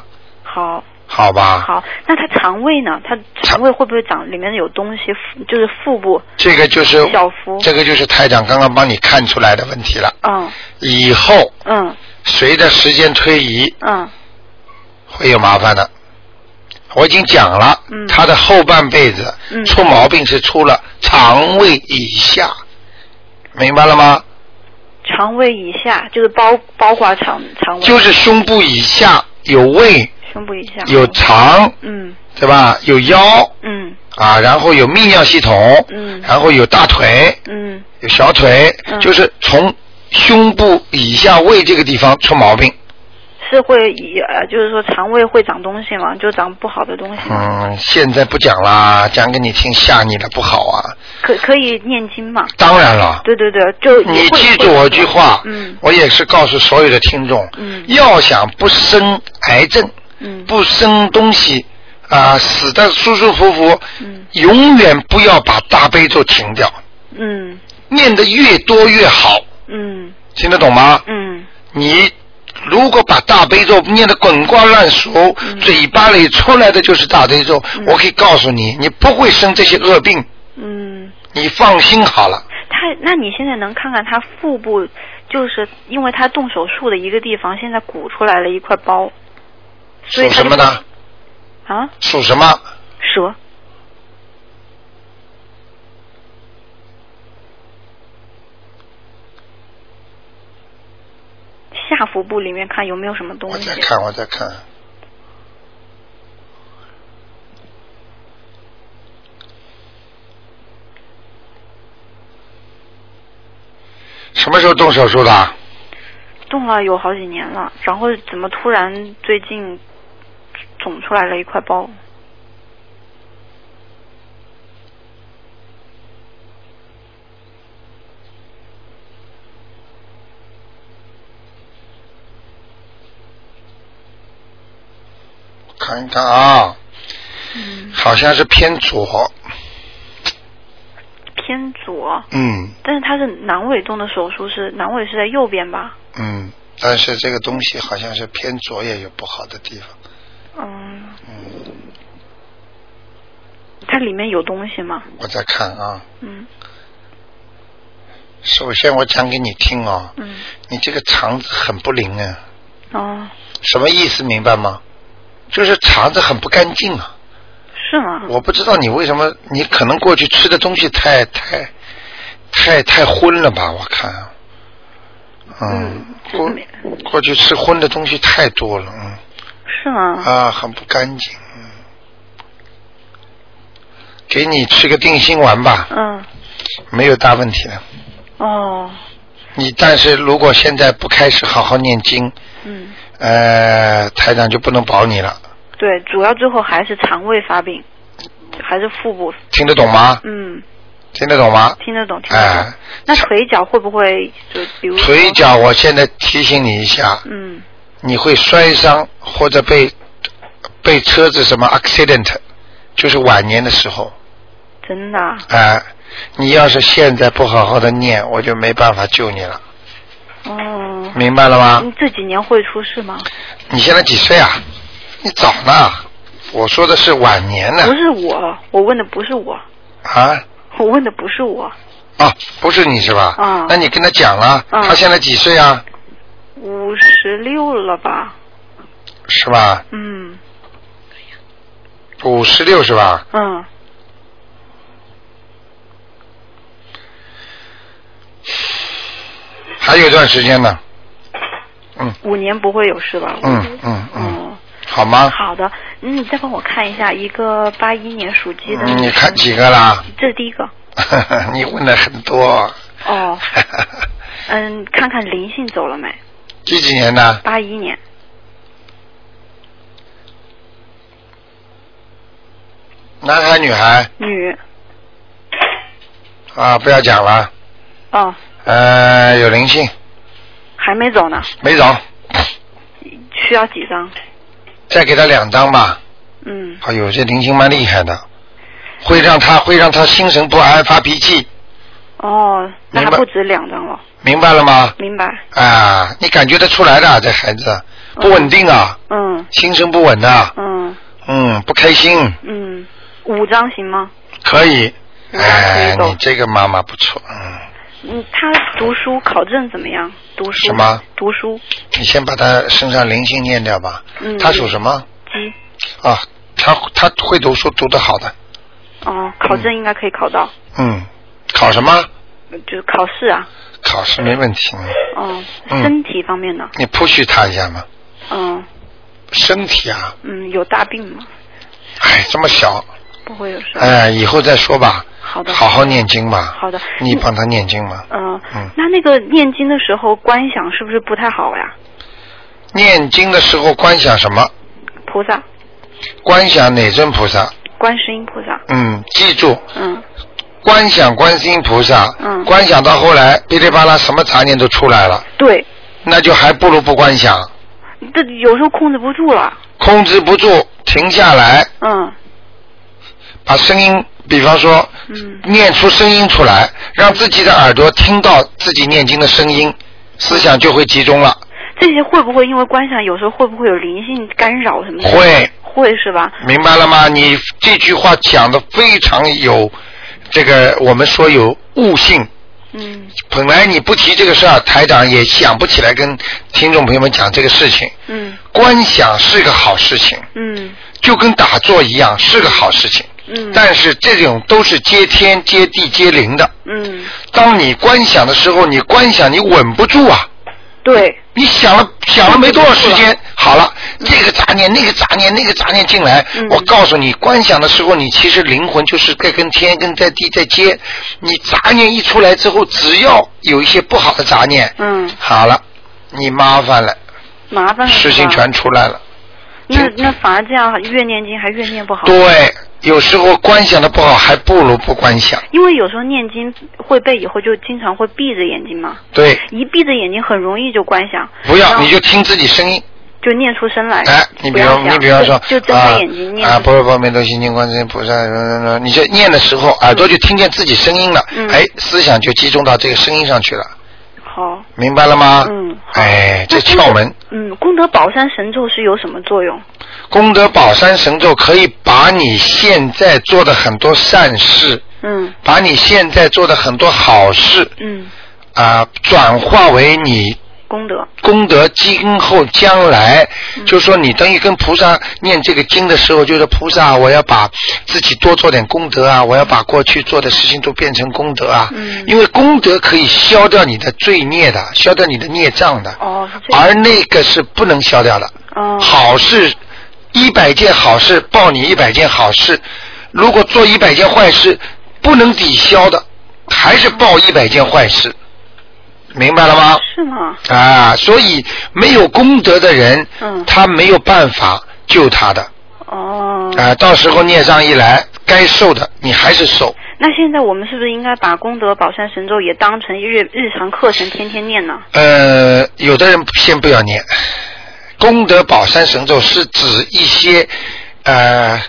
[SPEAKER 2] 好
[SPEAKER 1] 好吧？
[SPEAKER 2] 好，那他肠胃呢？他肠胃会不会长里面有东西？就是腹部
[SPEAKER 1] 这个就是
[SPEAKER 2] 小腹
[SPEAKER 1] 这个就是台长刚刚帮你看出来的问题了。
[SPEAKER 2] 嗯
[SPEAKER 1] 以后
[SPEAKER 2] 嗯
[SPEAKER 1] 随着时间推移，
[SPEAKER 2] 嗯
[SPEAKER 1] 会有麻烦的。我已经讲了，
[SPEAKER 2] 嗯
[SPEAKER 1] 他的后半辈子、
[SPEAKER 2] 嗯
[SPEAKER 1] 出毛病是出了肠胃以下，明白了吗？
[SPEAKER 2] 肠胃以下就是包包括肠肠胃，
[SPEAKER 1] 就是胸部以下有胃、
[SPEAKER 2] 胸部以下
[SPEAKER 1] 有肠，
[SPEAKER 2] 嗯
[SPEAKER 1] 对吧？有腰
[SPEAKER 2] 嗯
[SPEAKER 1] 啊，然后有泌尿系统，
[SPEAKER 2] 嗯
[SPEAKER 1] 然后有大腿，
[SPEAKER 2] 嗯
[SPEAKER 1] 有小腿，
[SPEAKER 2] 嗯
[SPEAKER 1] 就是从胸部以下胃这个地方出毛病。
[SPEAKER 2] 是会以呃就是说肠胃会长东西嘛，就长不好的东西嘛。
[SPEAKER 1] 嗯，现在不讲啦，讲给你听吓你了不好啊。
[SPEAKER 2] 可可以念经嘛？
[SPEAKER 1] 当然了，
[SPEAKER 2] 对对对，就也
[SPEAKER 1] 你
[SPEAKER 2] 会
[SPEAKER 1] 记住
[SPEAKER 2] 会
[SPEAKER 1] 我句话，
[SPEAKER 2] 嗯
[SPEAKER 1] 我也是告诉所有的听众，
[SPEAKER 2] 嗯
[SPEAKER 1] 要想不生癌症，
[SPEAKER 2] 嗯
[SPEAKER 1] 不生东西，啊、死的舒舒服服，
[SPEAKER 2] 嗯
[SPEAKER 1] 永远不要把大悲咒停掉，
[SPEAKER 2] 嗯
[SPEAKER 1] 念得越多越好，
[SPEAKER 2] 嗯
[SPEAKER 1] 听得懂吗？
[SPEAKER 2] 嗯
[SPEAKER 1] 你如果把大悲咒念得滚瓜烂熟，
[SPEAKER 2] 嗯
[SPEAKER 1] 嘴巴里出来的就是大悲咒，我可以告诉你，你不会生这些恶病，
[SPEAKER 2] 嗯，
[SPEAKER 1] 你放心好了。
[SPEAKER 2] 他那你现在能看看他腹部，就是因为他动手术的一个地方，现在鼓出来了一块包所
[SPEAKER 1] 属
[SPEAKER 2] 以他
[SPEAKER 1] 什么呢？
[SPEAKER 2] 啊，
[SPEAKER 1] 属什么？
[SPEAKER 2] 蛇，下腹部里面看有没有什么东
[SPEAKER 1] 我
[SPEAKER 2] 西
[SPEAKER 1] 在。看，我在看。什么时候动手术的？
[SPEAKER 2] 动了有好几年了，然后怎么突然最近肿出来了一块包？
[SPEAKER 1] 看一看啊，
[SPEAKER 2] 嗯，
[SPEAKER 1] 好像是偏左，
[SPEAKER 2] 偏左，
[SPEAKER 1] 嗯
[SPEAKER 2] 但是它是阑尾动的手术，是阑尾是在右边吧？
[SPEAKER 1] 嗯，但是这个东西好像是偏左也有不好的地方，
[SPEAKER 2] 嗯，
[SPEAKER 1] 嗯，
[SPEAKER 2] 它里面有东西吗？
[SPEAKER 1] 我在看啊。
[SPEAKER 2] 嗯
[SPEAKER 1] 首先我讲给你听哦，
[SPEAKER 2] 嗯，
[SPEAKER 1] 你这个肠子很不灵啊，
[SPEAKER 2] 哦，
[SPEAKER 1] 什么意思明白吗？就是肠子很不干净啊。
[SPEAKER 2] 是吗？
[SPEAKER 1] 我不知道你为什么，你可能过去吃的东西太太太太荤了吧？我看，啊嗯，过
[SPEAKER 2] 没
[SPEAKER 1] 过去吃荤的东西太多了，嗯
[SPEAKER 2] 是吗？
[SPEAKER 1] 啊，很不干净。嗯，给你吃个定心丸吧，
[SPEAKER 2] 嗯，
[SPEAKER 1] 没有大问题的。
[SPEAKER 2] 哦，
[SPEAKER 1] 你但是如果现在不开始好好念经，
[SPEAKER 2] 嗯，
[SPEAKER 1] 呃，台长就不能保你了，
[SPEAKER 2] 对，主要最后还是肠胃发病，还是腹部，
[SPEAKER 1] 听得懂吗？
[SPEAKER 2] 嗯，
[SPEAKER 1] 听得懂吗？
[SPEAKER 2] 听得懂，听得
[SPEAKER 1] 哎
[SPEAKER 2] 懂。，那腿脚会不会就比如说
[SPEAKER 1] 腿？脚，我现在提醒你一下，
[SPEAKER 2] 嗯，
[SPEAKER 1] 你会摔伤或者被被车子什么 accident，就是晚年的时候，
[SPEAKER 2] 真的啊，
[SPEAKER 1] 哎、你要是现在不好好的念，我就没办法救你了，
[SPEAKER 2] 哦，
[SPEAKER 1] 明白了吗
[SPEAKER 2] 你？这几年会出事吗？
[SPEAKER 1] 你现在几岁啊？你早呢，我说的是晚年呢
[SPEAKER 2] 不，是我，我问的不是我，
[SPEAKER 1] 啊。
[SPEAKER 2] 我问的不是我，
[SPEAKER 1] 啊，不是你是吧？
[SPEAKER 2] 啊
[SPEAKER 1] 那你跟他讲了，
[SPEAKER 2] 啊
[SPEAKER 1] 他现在几岁啊？
[SPEAKER 2] 五十六了吧？
[SPEAKER 1] 是吧？
[SPEAKER 2] 嗯
[SPEAKER 1] 五十六是吧？
[SPEAKER 2] 嗯，
[SPEAKER 1] 还有一段时间呢。嗯
[SPEAKER 2] 五年不会有事吧？
[SPEAKER 1] 嗯嗯嗯，
[SPEAKER 2] 嗯，
[SPEAKER 1] 好吗？
[SPEAKER 2] 好的，嗯，你再帮我看一下一个八一年属鸡的女生、
[SPEAKER 1] 嗯，你看几个啦？
[SPEAKER 2] 这是第一个。
[SPEAKER 1] 你问的很多。
[SPEAKER 2] 哦，
[SPEAKER 1] 哎
[SPEAKER 2] 嗯，看看灵性走了没？
[SPEAKER 1] 几几年的？
[SPEAKER 2] 八一年，
[SPEAKER 1] 你男孩女孩
[SPEAKER 2] 女，
[SPEAKER 1] 啊，不要讲了，
[SPEAKER 2] 哦，
[SPEAKER 1] 呃，有灵性，
[SPEAKER 2] 还没走呢，
[SPEAKER 1] 没走，
[SPEAKER 2] 需要几张？
[SPEAKER 1] 再给他两张吧。
[SPEAKER 2] 嗯，
[SPEAKER 1] 哎呦，这灵性蛮厉害的，会让他会让他心神不安发脾气，
[SPEAKER 2] 哦，那
[SPEAKER 1] 明
[SPEAKER 2] 还
[SPEAKER 1] 白
[SPEAKER 2] 不止两张了，
[SPEAKER 1] 明白了吗？
[SPEAKER 2] 明白？
[SPEAKER 1] 啊，你感觉得出来的，这孩子不稳定啊，
[SPEAKER 2] 嗯
[SPEAKER 1] 心神不稳呐、
[SPEAKER 2] 嗯
[SPEAKER 1] 嗯，不开心，
[SPEAKER 2] 嗯，五张行吗？
[SPEAKER 1] 可以。
[SPEAKER 2] 嗯可
[SPEAKER 1] 哎
[SPEAKER 2] 以，懂
[SPEAKER 1] 你这个妈妈不错，嗯，
[SPEAKER 2] 嗯，他读书考证怎么样？读书
[SPEAKER 1] 什么？
[SPEAKER 2] 读书，
[SPEAKER 1] 你先把他身上灵性念掉吧。
[SPEAKER 2] 嗯，
[SPEAKER 1] 他属什么？
[SPEAKER 2] 鸡。
[SPEAKER 1] 啊，他他会读书，读得好的。
[SPEAKER 2] 哦，考证应该可以考到，
[SPEAKER 1] 嗯，考什么？
[SPEAKER 2] 就是考试啊。
[SPEAKER 1] 考试没问题。嗯
[SPEAKER 2] 哦，
[SPEAKER 1] 嗯
[SPEAKER 2] 身体方面呢？
[SPEAKER 1] 你 push 他一下嘛。
[SPEAKER 2] 嗯
[SPEAKER 1] 身体啊，
[SPEAKER 2] 嗯，有大病吗？
[SPEAKER 1] 哎，这么小，
[SPEAKER 2] 不会有事。
[SPEAKER 1] 哎，以后再说吧。
[SPEAKER 2] 好的。
[SPEAKER 1] 好好念经吧。
[SPEAKER 2] 好的。
[SPEAKER 1] 你帮他念经嘛。
[SPEAKER 2] 嗯
[SPEAKER 1] 嗯，
[SPEAKER 2] 那那个念经的时候观想是不是不太好呀？
[SPEAKER 1] 念经的时候观想什么？
[SPEAKER 2] 菩萨，
[SPEAKER 1] 观想哪尊菩萨？
[SPEAKER 2] 观世音菩萨。
[SPEAKER 1] 嗯，记住，
[SPEAKER 2] 嗯
[SPEAKER 1] 观想观世音菩萨。
[SPEAKER 2] 嗯
[SPEAKER 1] 观想到后来，噼里啪啦，什么杂念都出来了，
[SPEAKER 2] 对，
[SPEAKER 1] 那就还不如不观想。
[SPEAKER 2] 这有时候控制不住了。
[SPEAKER 1] 控制不住，停下来，
[SPEAKER 2] 嗯
[SPEAKER 1] 把声音，比方说
[SPEAKER 2] 嗯
[SPEAKER 1] 念出声音出来，让自己的耳朵听到自己念经的声音，思想就会集中了。
[SPEAKER 2] 这些会不会因为观想有时候会不会有灵性干扰什么的？
[SPEAKER 1] 会，
[SPEAKER 2] 会是吧？
[SPEAKER 1] 明白了吗？你这句话讲的非常有这个，我们说有悟性。
[SPEAKER 2] 嗯
[SPEAKER 1] 本来你不提这个事儿，台长也想不起来跟听众朋友们讲这个事情。
[SPEAKER 2] 嗯
[SPEAKER 1] 观想是个好事情，
[SPEAKER 2] 嗯
[SPEAKER 1] 就跟打坐一样是个好事情，
[SPEAKER 2] 嗯。
[SPEAKER 1] 但是这种都是接天、接地、接灵的。
[SPEAKER 2] 嗯，
[SPEAKER 1] 当你观想的时候，你观想你稳不住啊！
[SPEAKER 2] 对，
[SPEAKER 1] 你想了想了没多少时间，
[SPEAKER 2] 嗯
[SPEAKER 1] 好了，这个杂念、那个杂念、那个杂念进来，
[SPEAKER 2] 嗯
[SPEAKER 1] 我告诉你，观想的时候，你其实灵魂就是在跟天、跟在地在接。你杂念一出来之后，只要有一些不好的杂念，
[SPEAKER 2] 嗯，
[SPEAKER 1] 好了，你麻烦了，
[SPEAKER 2] 麻烦了。
[SPEAKER 1] 事情
[SPEAKER 2] 是吧
[SPEAKER 1] 全出来了。
[SPEAKER 2] 那那反而这样越念经还越念不好，
[SPEAKER 1] 对，有时候观想的不好，还不如不观想。
[SPEAKER 2] 因为有时候念经会背以后就经常会闭着眼睛嘛，
[SPEAKER 1] 对，
[SPEAKER 2] 一闭着眼睛很容易就观想，
[SPEAKER 1] 不
[SPEAKER 2] 然
[SPEAKER 1] 要
[SPEAKER 2] 后
[SPEAKER 1] 你就听自己声音。
[SPEAKER 2] 就念出声来。
[SPEAKER 1] 哎，你比
[SPEAKER 2] 不要
[SPEAKER 1] 方
[SPEAKER 2] 想
[SPEAKER 1] 你比方说
[SPEAKER 2] 就就睁
[SPEAKER 1] 啊
[SPEAKER 2] 开眼睛念
[SPEAKER 1] 啊，不是不是，没多心经观世音菩萨，呃你这念的时候耳朵就听见自己声音了，
[SPEAKER 2] 嗯
[SPEAKER 1] 哎，思想就集中到这个声音上去了，
[SPEAKER 2] 好，
[SPEAKER 1] 明白了吗？
[SPEAKER 2] 嗯好
[SPEAKER 1] 啊哎，这
[SPEAKER 2] 那功德
[SPEAKER 1] 窍门，
[SPEAKER 2] 嗯，功德宝山神咒是有什么作用？
[SPEAKER 1] 功德宝山神咒可以把你现在做的很多善事，
[SPEAKER 2] 嗯
[SPEAKER 1] 把你现在做的很多好事
[SPEAKER 2] 嗯，
[SPEAKER 1] 啊、转化为你
[SPEAKER 2] 功德，
[SPEAKER 1] 功德今后将来，
[SPEAKER 2] 嗯
[SPEAKER 1] 就说你等于跟菩萨念这个经的时候，就是菩萨，我要把自己多做点功德啊，我要把过去做的事情都变成功德啊，
[SPEAKER 2] 嗯
[SPEAKER 1] 因为功德可以消掉你的罪孽的，消掉你的孽障的，
[SPEAKER 2] 哦是这样，
[SPEAKER 1] 而那个是不能消掉的。
[SPEAKER 2] 哦
[SPEAKER 1] 好事一百件好事报你一百件好事，如果做一百件坏事，不能抵消的，还是报一百件坏事，明白了吗？
[SPEAKER 2] 是吗？
[SPEAKER 1] 啊，所以没有功德的人，
[SPEAKER 2] 嗯
[SPEAKER 1] 他没有办法救他的
[SPEAKER 2] 哦，
[SPEAKER 1] 啊。到时候孽障一来，该受的你还是受。
[SPEAKER 2] 那现在我们是不是应该把功德宝山神咒也当成日日常课程天天念呢？
[SPEAKER 1] 呃，有的人先不要念，功德宝山神咒是指一些呃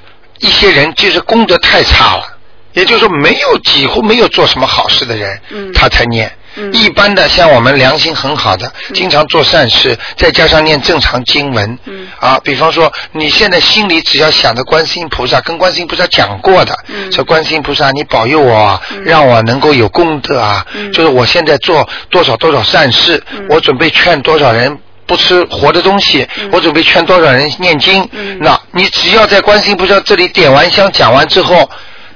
[SPEAKER 1] 一些人就是功德太差了。也就是说，没有几乎没有做什么好事的人，
[SPEAKER 2] 嗯
[SPEAKER 1] 他才念。
[SPEAKER 2] 嗯
[SPEAKER 1] 一般的像我们良心很好的，
[SPEAKER 2] 嗯
[SPEAKER 1] 经常做善事，再加上念正常经文，
[SPEAKER 2] 嗯
[SPEAKER 1] 啊，比方说你现在心里只要想着观世音菩萨，跟观世音菩萨讲过的，
[SPEAKER 2] 嗯
[SPEAKER 1] 说观世音菩萨你保佑我啊，
[SPEAKER 2] 嗯
[SPEAKER 1] 让我能够有功德啊，
[SPEAKER 2] 嗯
[SPEAKER 1] 就是我现在做多少多少善事，
[SPEAKER 2] 嗯
[SPEAKER 1] 我准备劝多少人。不吃活的东西，
[SPEAKER 2] 嗯
[SPEAKER 1] 我准备劝多少人念经？
[SPEAKER 2] 嗯
[SPEAKER 1] 那你只要在观世音菩萨这里点完香、讲完之后，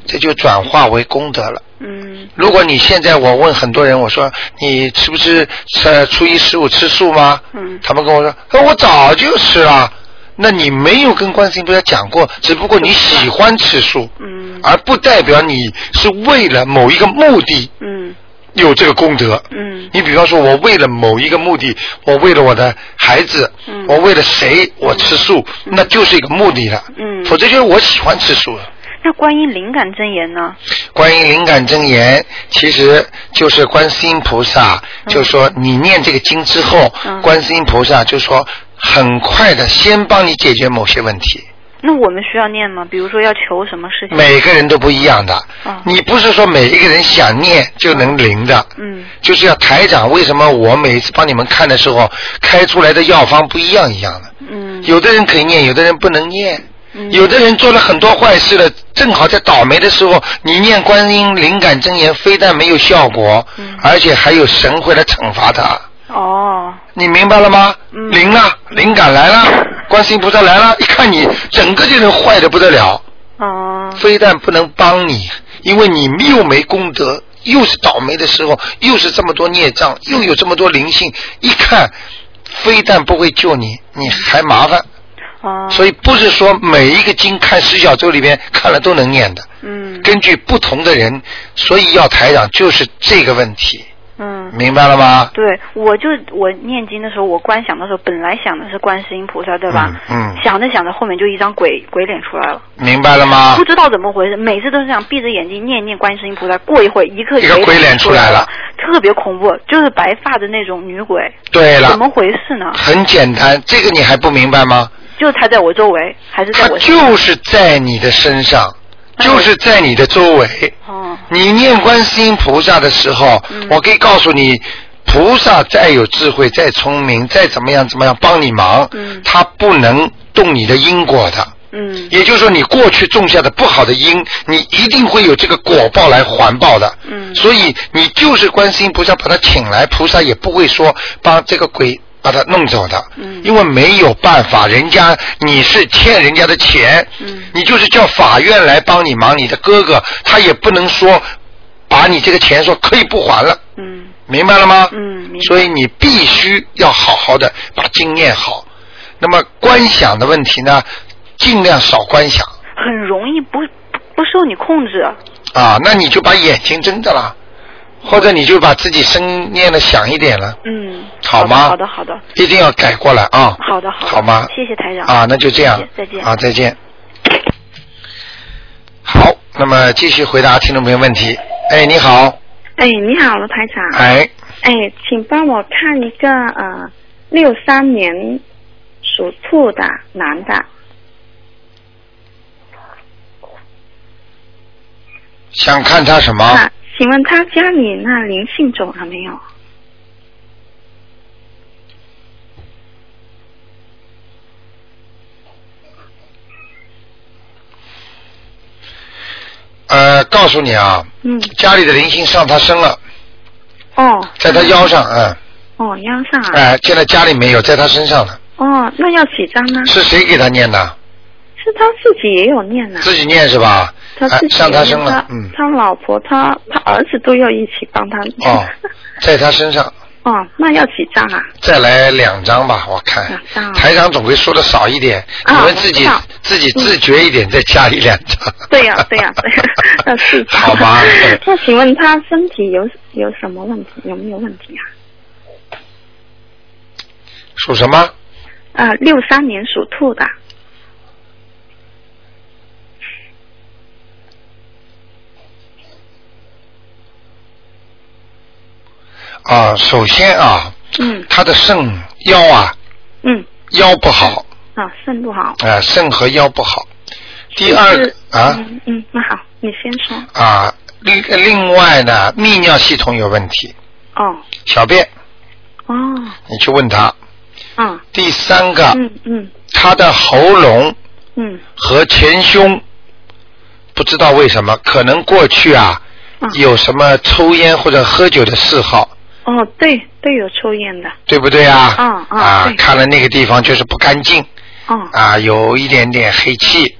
[SPEAKER 1] 这就转化为功德了。
[SPEAKER 2] 嗯
[SPEAKER 1] 如果你现在我问很多人，我说你吃不吃呃初一十五吃素吗？
[SPEAKER 2] 嗯
[SPEAKER 1] 他们跟我说，呃我早就吃了。那你没有跟观世音菩萨讲过，只不过你喜欢吃素，
[SPEAKER 2] 嗯
[SPEAKER 1] 而不代表你是为了某一个目的
[SPEAKER 2] 嗯
[SPEAKER 1] 有这个功德。
[SPEAKER 2] 嗯
[SPEAKER 1] 你比方说，我为了某一个目的，我为了我的孩子，
[SPEAKER 2] 嗯
[SPEAKER 1] 我为了谁，我吃素，那就是一个目的了。
[SPEAKER 2] 嗯
[SPEAKER 1] 否则就是我喜欢吃素了。
[SPEAKER 5] 那观音灵感真言呢？
[SPEAKER 1] 观音灵感真言其实就是观世音菩萨，
[SPEAKER 5] 嗯
[SPEAKER 1] 就说你念这个经之后，观世音菩萨就说很快的先帮你解决某些问题。
[SPEAKER 5] 那我们需要念吗？比如说要求什么事情？
[SPEAKER 1] 每个人都不一样的
[SPEAKER 5] 哦，
[SPEAKER 1] 你不是说每一个人想念就能灵的，
[SPEAKER 5] 嗯
[SPEAKER 1] 就是要台长。为什么我每一次帮你们看的时候，开出来的药方不一样一样的？
[SPEAKER 5] 嗯
[SPEAKER 1] 有的人可以念，有的人不能念。
[SPEAKER 5] 嗯
[SPEAKER 1] 有的人做了很多坏事了，正好在倒霉的时候，你念观音灵感真言，非但没有效果，
[SPEAKER 5] 嗯
[SPEAKER 1] 而且还有神会来惩罚他。
[SPEAKER 5] 哦
[SPEAKER 1] 你明白了吗？
[SPEAKER 5] 嗯
[SPEAKER 1] 灵了，灵感来了，观世音菩萨来了，一看你整个这人坏的不得了，
[SPEAKER 5] 哦
[SPEAKER 1] 非但不能帮你，因为你又没功德，又是倒霉的时候，又是这么多孽障，又有这么多灵性，一看非但不会救你，你还麻烦。
[SPEAKER 5] 哦，
[SPEAKER 1] 所以不是说每一个经看十小周里边看了都能念的，
[SPEAKER 5] 嗯
[SPEAKER 1] 根据不同的人，所以要台长就是这个问题，
[SPEAKER 5] 嗯。
[SPEAKER 1] 明白了吗？
[SPEAKER 5] 对，我就我念经的时候，我观想的时候，本来想的是观世音菩萨，对吧？
[SPEAKER 1] 嗯嗯
[SPEAKER 5] 想着想着，后面就一张鬼鬼脸出来了，
[SPEAKER 1] 明白了吗
[SPEAKER 5] 不？知道怎么回事，每次都是这样，闭着眼睛念一念观世音菩萨，过一会儿一个
[SPEAKER 1] 一个鬼脸出
[SPEAKER 5] 出
[SPEAKER 1] 来
[SPEAKER 5] 来
[SPEAKER 1] 了，
[SPEAKER 5] 特别恐怖，就是白发的那种女鬼，
[SPEAKER 1] 对了
[SPEAKER 5] 怎，么回事呢？
[SPEAKER 1] 很简单，这个你还不明白吗？
[SPEAKER 5] 就她在我周围，还是在
[SPEAKER 1] 它
[SPEAKER 5] 我身上？
[SPEAKER 1] 就是在你的身上，
[SPEAKER 5] 哎
[SPEAKER 1] 就是在你的周围。
[SPEAKER 5] 哦，
[SPEAKER 1] 你念观世音菩萨的时候，
[SPEAKER 5] 嗯
[SPEAKER 1] 我可以告诉你，菩萨再有智慧、再聪明、再怎么样怎么样帮你忙，
[SPEAKER 5] 嗯
[SPEAKER 1] 他不能动你的因果的。
[SPEAKER 5] 嗯
[SPEAKER 1] 也就是说，你过去种下的不好的因，你一定会有这个果报来还报的。
[SPEAKER 5] 嗯
[SPEAKER 1] 所以你就是观世音菩萨把他请来，菩萨也不会说把这个鬼把他弄走的。
[SPEAKER 5] 嗯
[SPEAKER 1] 因为没有办法，人家你是欠人家的钱，
[SPEAKER 5] 嗯
[SPEAKER 1] 你就是叫法院来帮你忙，你的哥哥他也不能说把你这个钱说可以不还了，
[SPEAKER 5] 嗯
[SPEAKER 1] 明白了吗？
[SPEAKER 5] 嗯，明白。
[SPEAKER 1] 所以你必须要好好的把经念好。那么观想的问题呢，尽量少观想
[SPEAKER 5] 很容易不不不受你控制，
[SPEAKER 1] 啊，那你就把眼睛睁着啦，或者你就把自己声念的响一点了，
[SPEAKER 5] 嗯，
[SPEAKER 1] 好吗？
[SPEAKER 5] 好的好的
[SPEAKER 1] 一定要改过来啊。
[SPEAKER 5] 好的好的
[SPEAKER 1] 好吗？
[SPEAKER 5] 谢谢台长
[SPEAKER 1] 啊，那就这样
[SPEAKER 5] 谢谢，再见
[SPEAKER 1] 啊，再见。好，那么继续回答听众朋友问题。哎，你好，
[SPEAKER 6] 哎，你好，罗台长。
[SPEAKER 1] 哎，
[SPEAKER 6] 哎，请帮我看一个呃，六三年属兔的男的，
[SPEAKER 1] 想看他什么？
[SPEAKER 6] 那啊请问他家里那灵性走了没有？
[SPEAKER 1] 呃，告诉你啊，
[SPEAKER 6] 嗯，
[SPEAKER 1] 家里的灵性上他身了，
[SPEAKER 6] 哦
[SPEAKER 1] 在他腰上，嗯，
[SPEAKER 6] 哦，腰上啊，
[SPEAKER 1] 哎、现在家里没有，在他身上了。
[SPEAKER 6] 哦，那要几张呢？
[SPEAKER 1] 是谁给他念的？
[SPEAKER 6] 是他自己也有念呐、
[SPEAKER 1] 自己念是吧？
[SPEAKER 6] 他
[SPEAKER 1] 哎
[SPEAKER 6] 自己
[SPEAKER 1] 上
[SPEAKER 6] 也
[SPEAKER 1] 他
[SPEAKER 6] 有
[SPEAKER 1] 身
[SPEAKER 6] 念
[SPEAKER 1] 了
[SPEAKER 6] 他，
[SPEAKER 1] 嗯，
[SPEAKER 6] 他老婆他他儿子都要一起帮他念。
[SPEAKER 1] 哦，在他身上。
[SPEAKER 6] 哦，那要几张啊？
[SPEAKER 1] 再来两张吧，我看
[SPEAKER 6] 两张啊
[SPEAKER 1] 台长总归说的少一点，
[SPEAKER 6] 啊
[SPEAKER 1] 你们自己
[SPEAKER 6] 我知道嗯
[SPEAKER 1] 自己自觉一点，再加一两张。
[SPEAKER 6] 对呀、对呀、对呀、 那是张
[SPEAKER 1] 好吧。
[SPEAKER 6] 那请问他身体有有什么问题？有没有问题啊？
[SPEAKER 1] 属什么？
[SPEAKER 6] 啊，六三年属兔的。
[SPEAKER 1] 啊，首先啊，
[SPEAKER 6] 嗯
[SPEAKER 1] 他的肾腰啊
[SPEAKER 6] 嗯，
[SPEAKER 1] 腰不好，
[SPEAKER 6] 啊，肾不好。
[SPEAKER 1] 啊肾和腰不好。第
[SPEAKER 6] 就
[SPEAKER 1] 二
[SPEAKER 6] 是
[SPEAKER 1] 啊
[SPEAKER 6] 嗯嗯，那好，你先说。
[SPEAKER 1] 啊，另另外呢，泌尿系统有问题，
[SPEAKER 6] 哦
[SPEAKER 1] 小便
[SPEAKER 6] 哦，
[SPEAKER 1] 你去问他。
[SPEAKER 6] 嗯
[SPEAKER 1] 第三个，
[SPEAKER 6] 嗯嗯
[SPEAKER 1] 他的喉咙
[SPEAKER 6] 嗯
[SPEAKER 1] 和前胸，不知道为什么，可能过去啊
[SPEAKER 6] 嗯。
[SPEAKER 1] 有什么抽烟或者喝酒的嗜好，
[SPEAKER 6] 哦，对对，有抽烟的。
[SPEAKER 1] 对不对啊？
[SPEAKER 6] 嗯嗯
[SPEAKER 1] 啊
[SPEAKER 6] 对，
[SPEAKER 1] 看了那个地方就是不干净
[SPEAKER 6] 哦
[SPEAKER 1] 啊，有一点点黑气，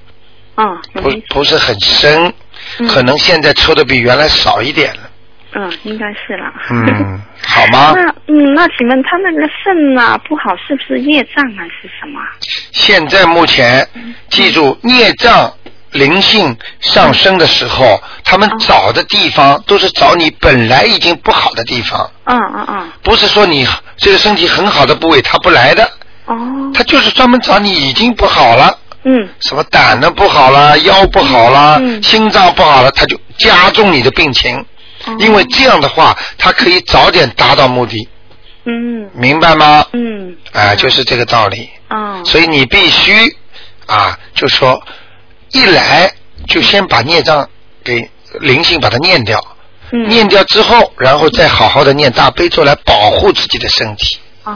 [SPEAKER 6] 哦，有
[SPEAKER 1] 不
[SPEAKER 6] 意思
[SPEAKER 1] 不是很深，
[SPEAKER 6] 嗯
[SPEAKER 1] 可能现在抽的比原来少一点了。
[SPEAKER 6] 嗯，应该是了。
[SPEAKER 1] 嗯，好吗？
[SPEAKER 6] 那嗯，那请问他那个肾啊不好，是不是业障还是什么啊？
[SPEAKER 1] 现在目前记住孽障。灵性上升的时候，他们找的地方都是找你本来已经不好的地方，
[SPEAKER 6] 嗯嗯嗯，
[SPEAKER 1] 不是说你这个身体很好的部位他不来的，
[SPEAKER 6] 哦
[SPEAKER 1] 他就是专门找你已经不好了，
[SPEAKER 6] 嗯
[SPEAKER 1] 什么胆呢不好啦，腰不好啦，
[SPEAKER 6] 嗯
[SPEAKER 1] 心脏不好了，它就加重你的病情。
[SPEAKER 6] 哦嗯
[SPEAKER 1] 因为这样的话，它可以早点达到目的，
[SPEAKER 6] 嗯
[SPEAKER 1] 明白吗？
[SPEAKER 6] 嗯
[SPEAKER 1] 哎、就是这个道理。
[SPEAKER 6] 啊
[SPEAKER 1] 所以你必须啊，就说一来就先把孽障给灵性把它念掉，
[SPEAKER 6] 嗯
[SPEAKER 1] 念掉之后，然后再好好的念大悲咒来保护自己的身体，
[SPEAKER 6] 啊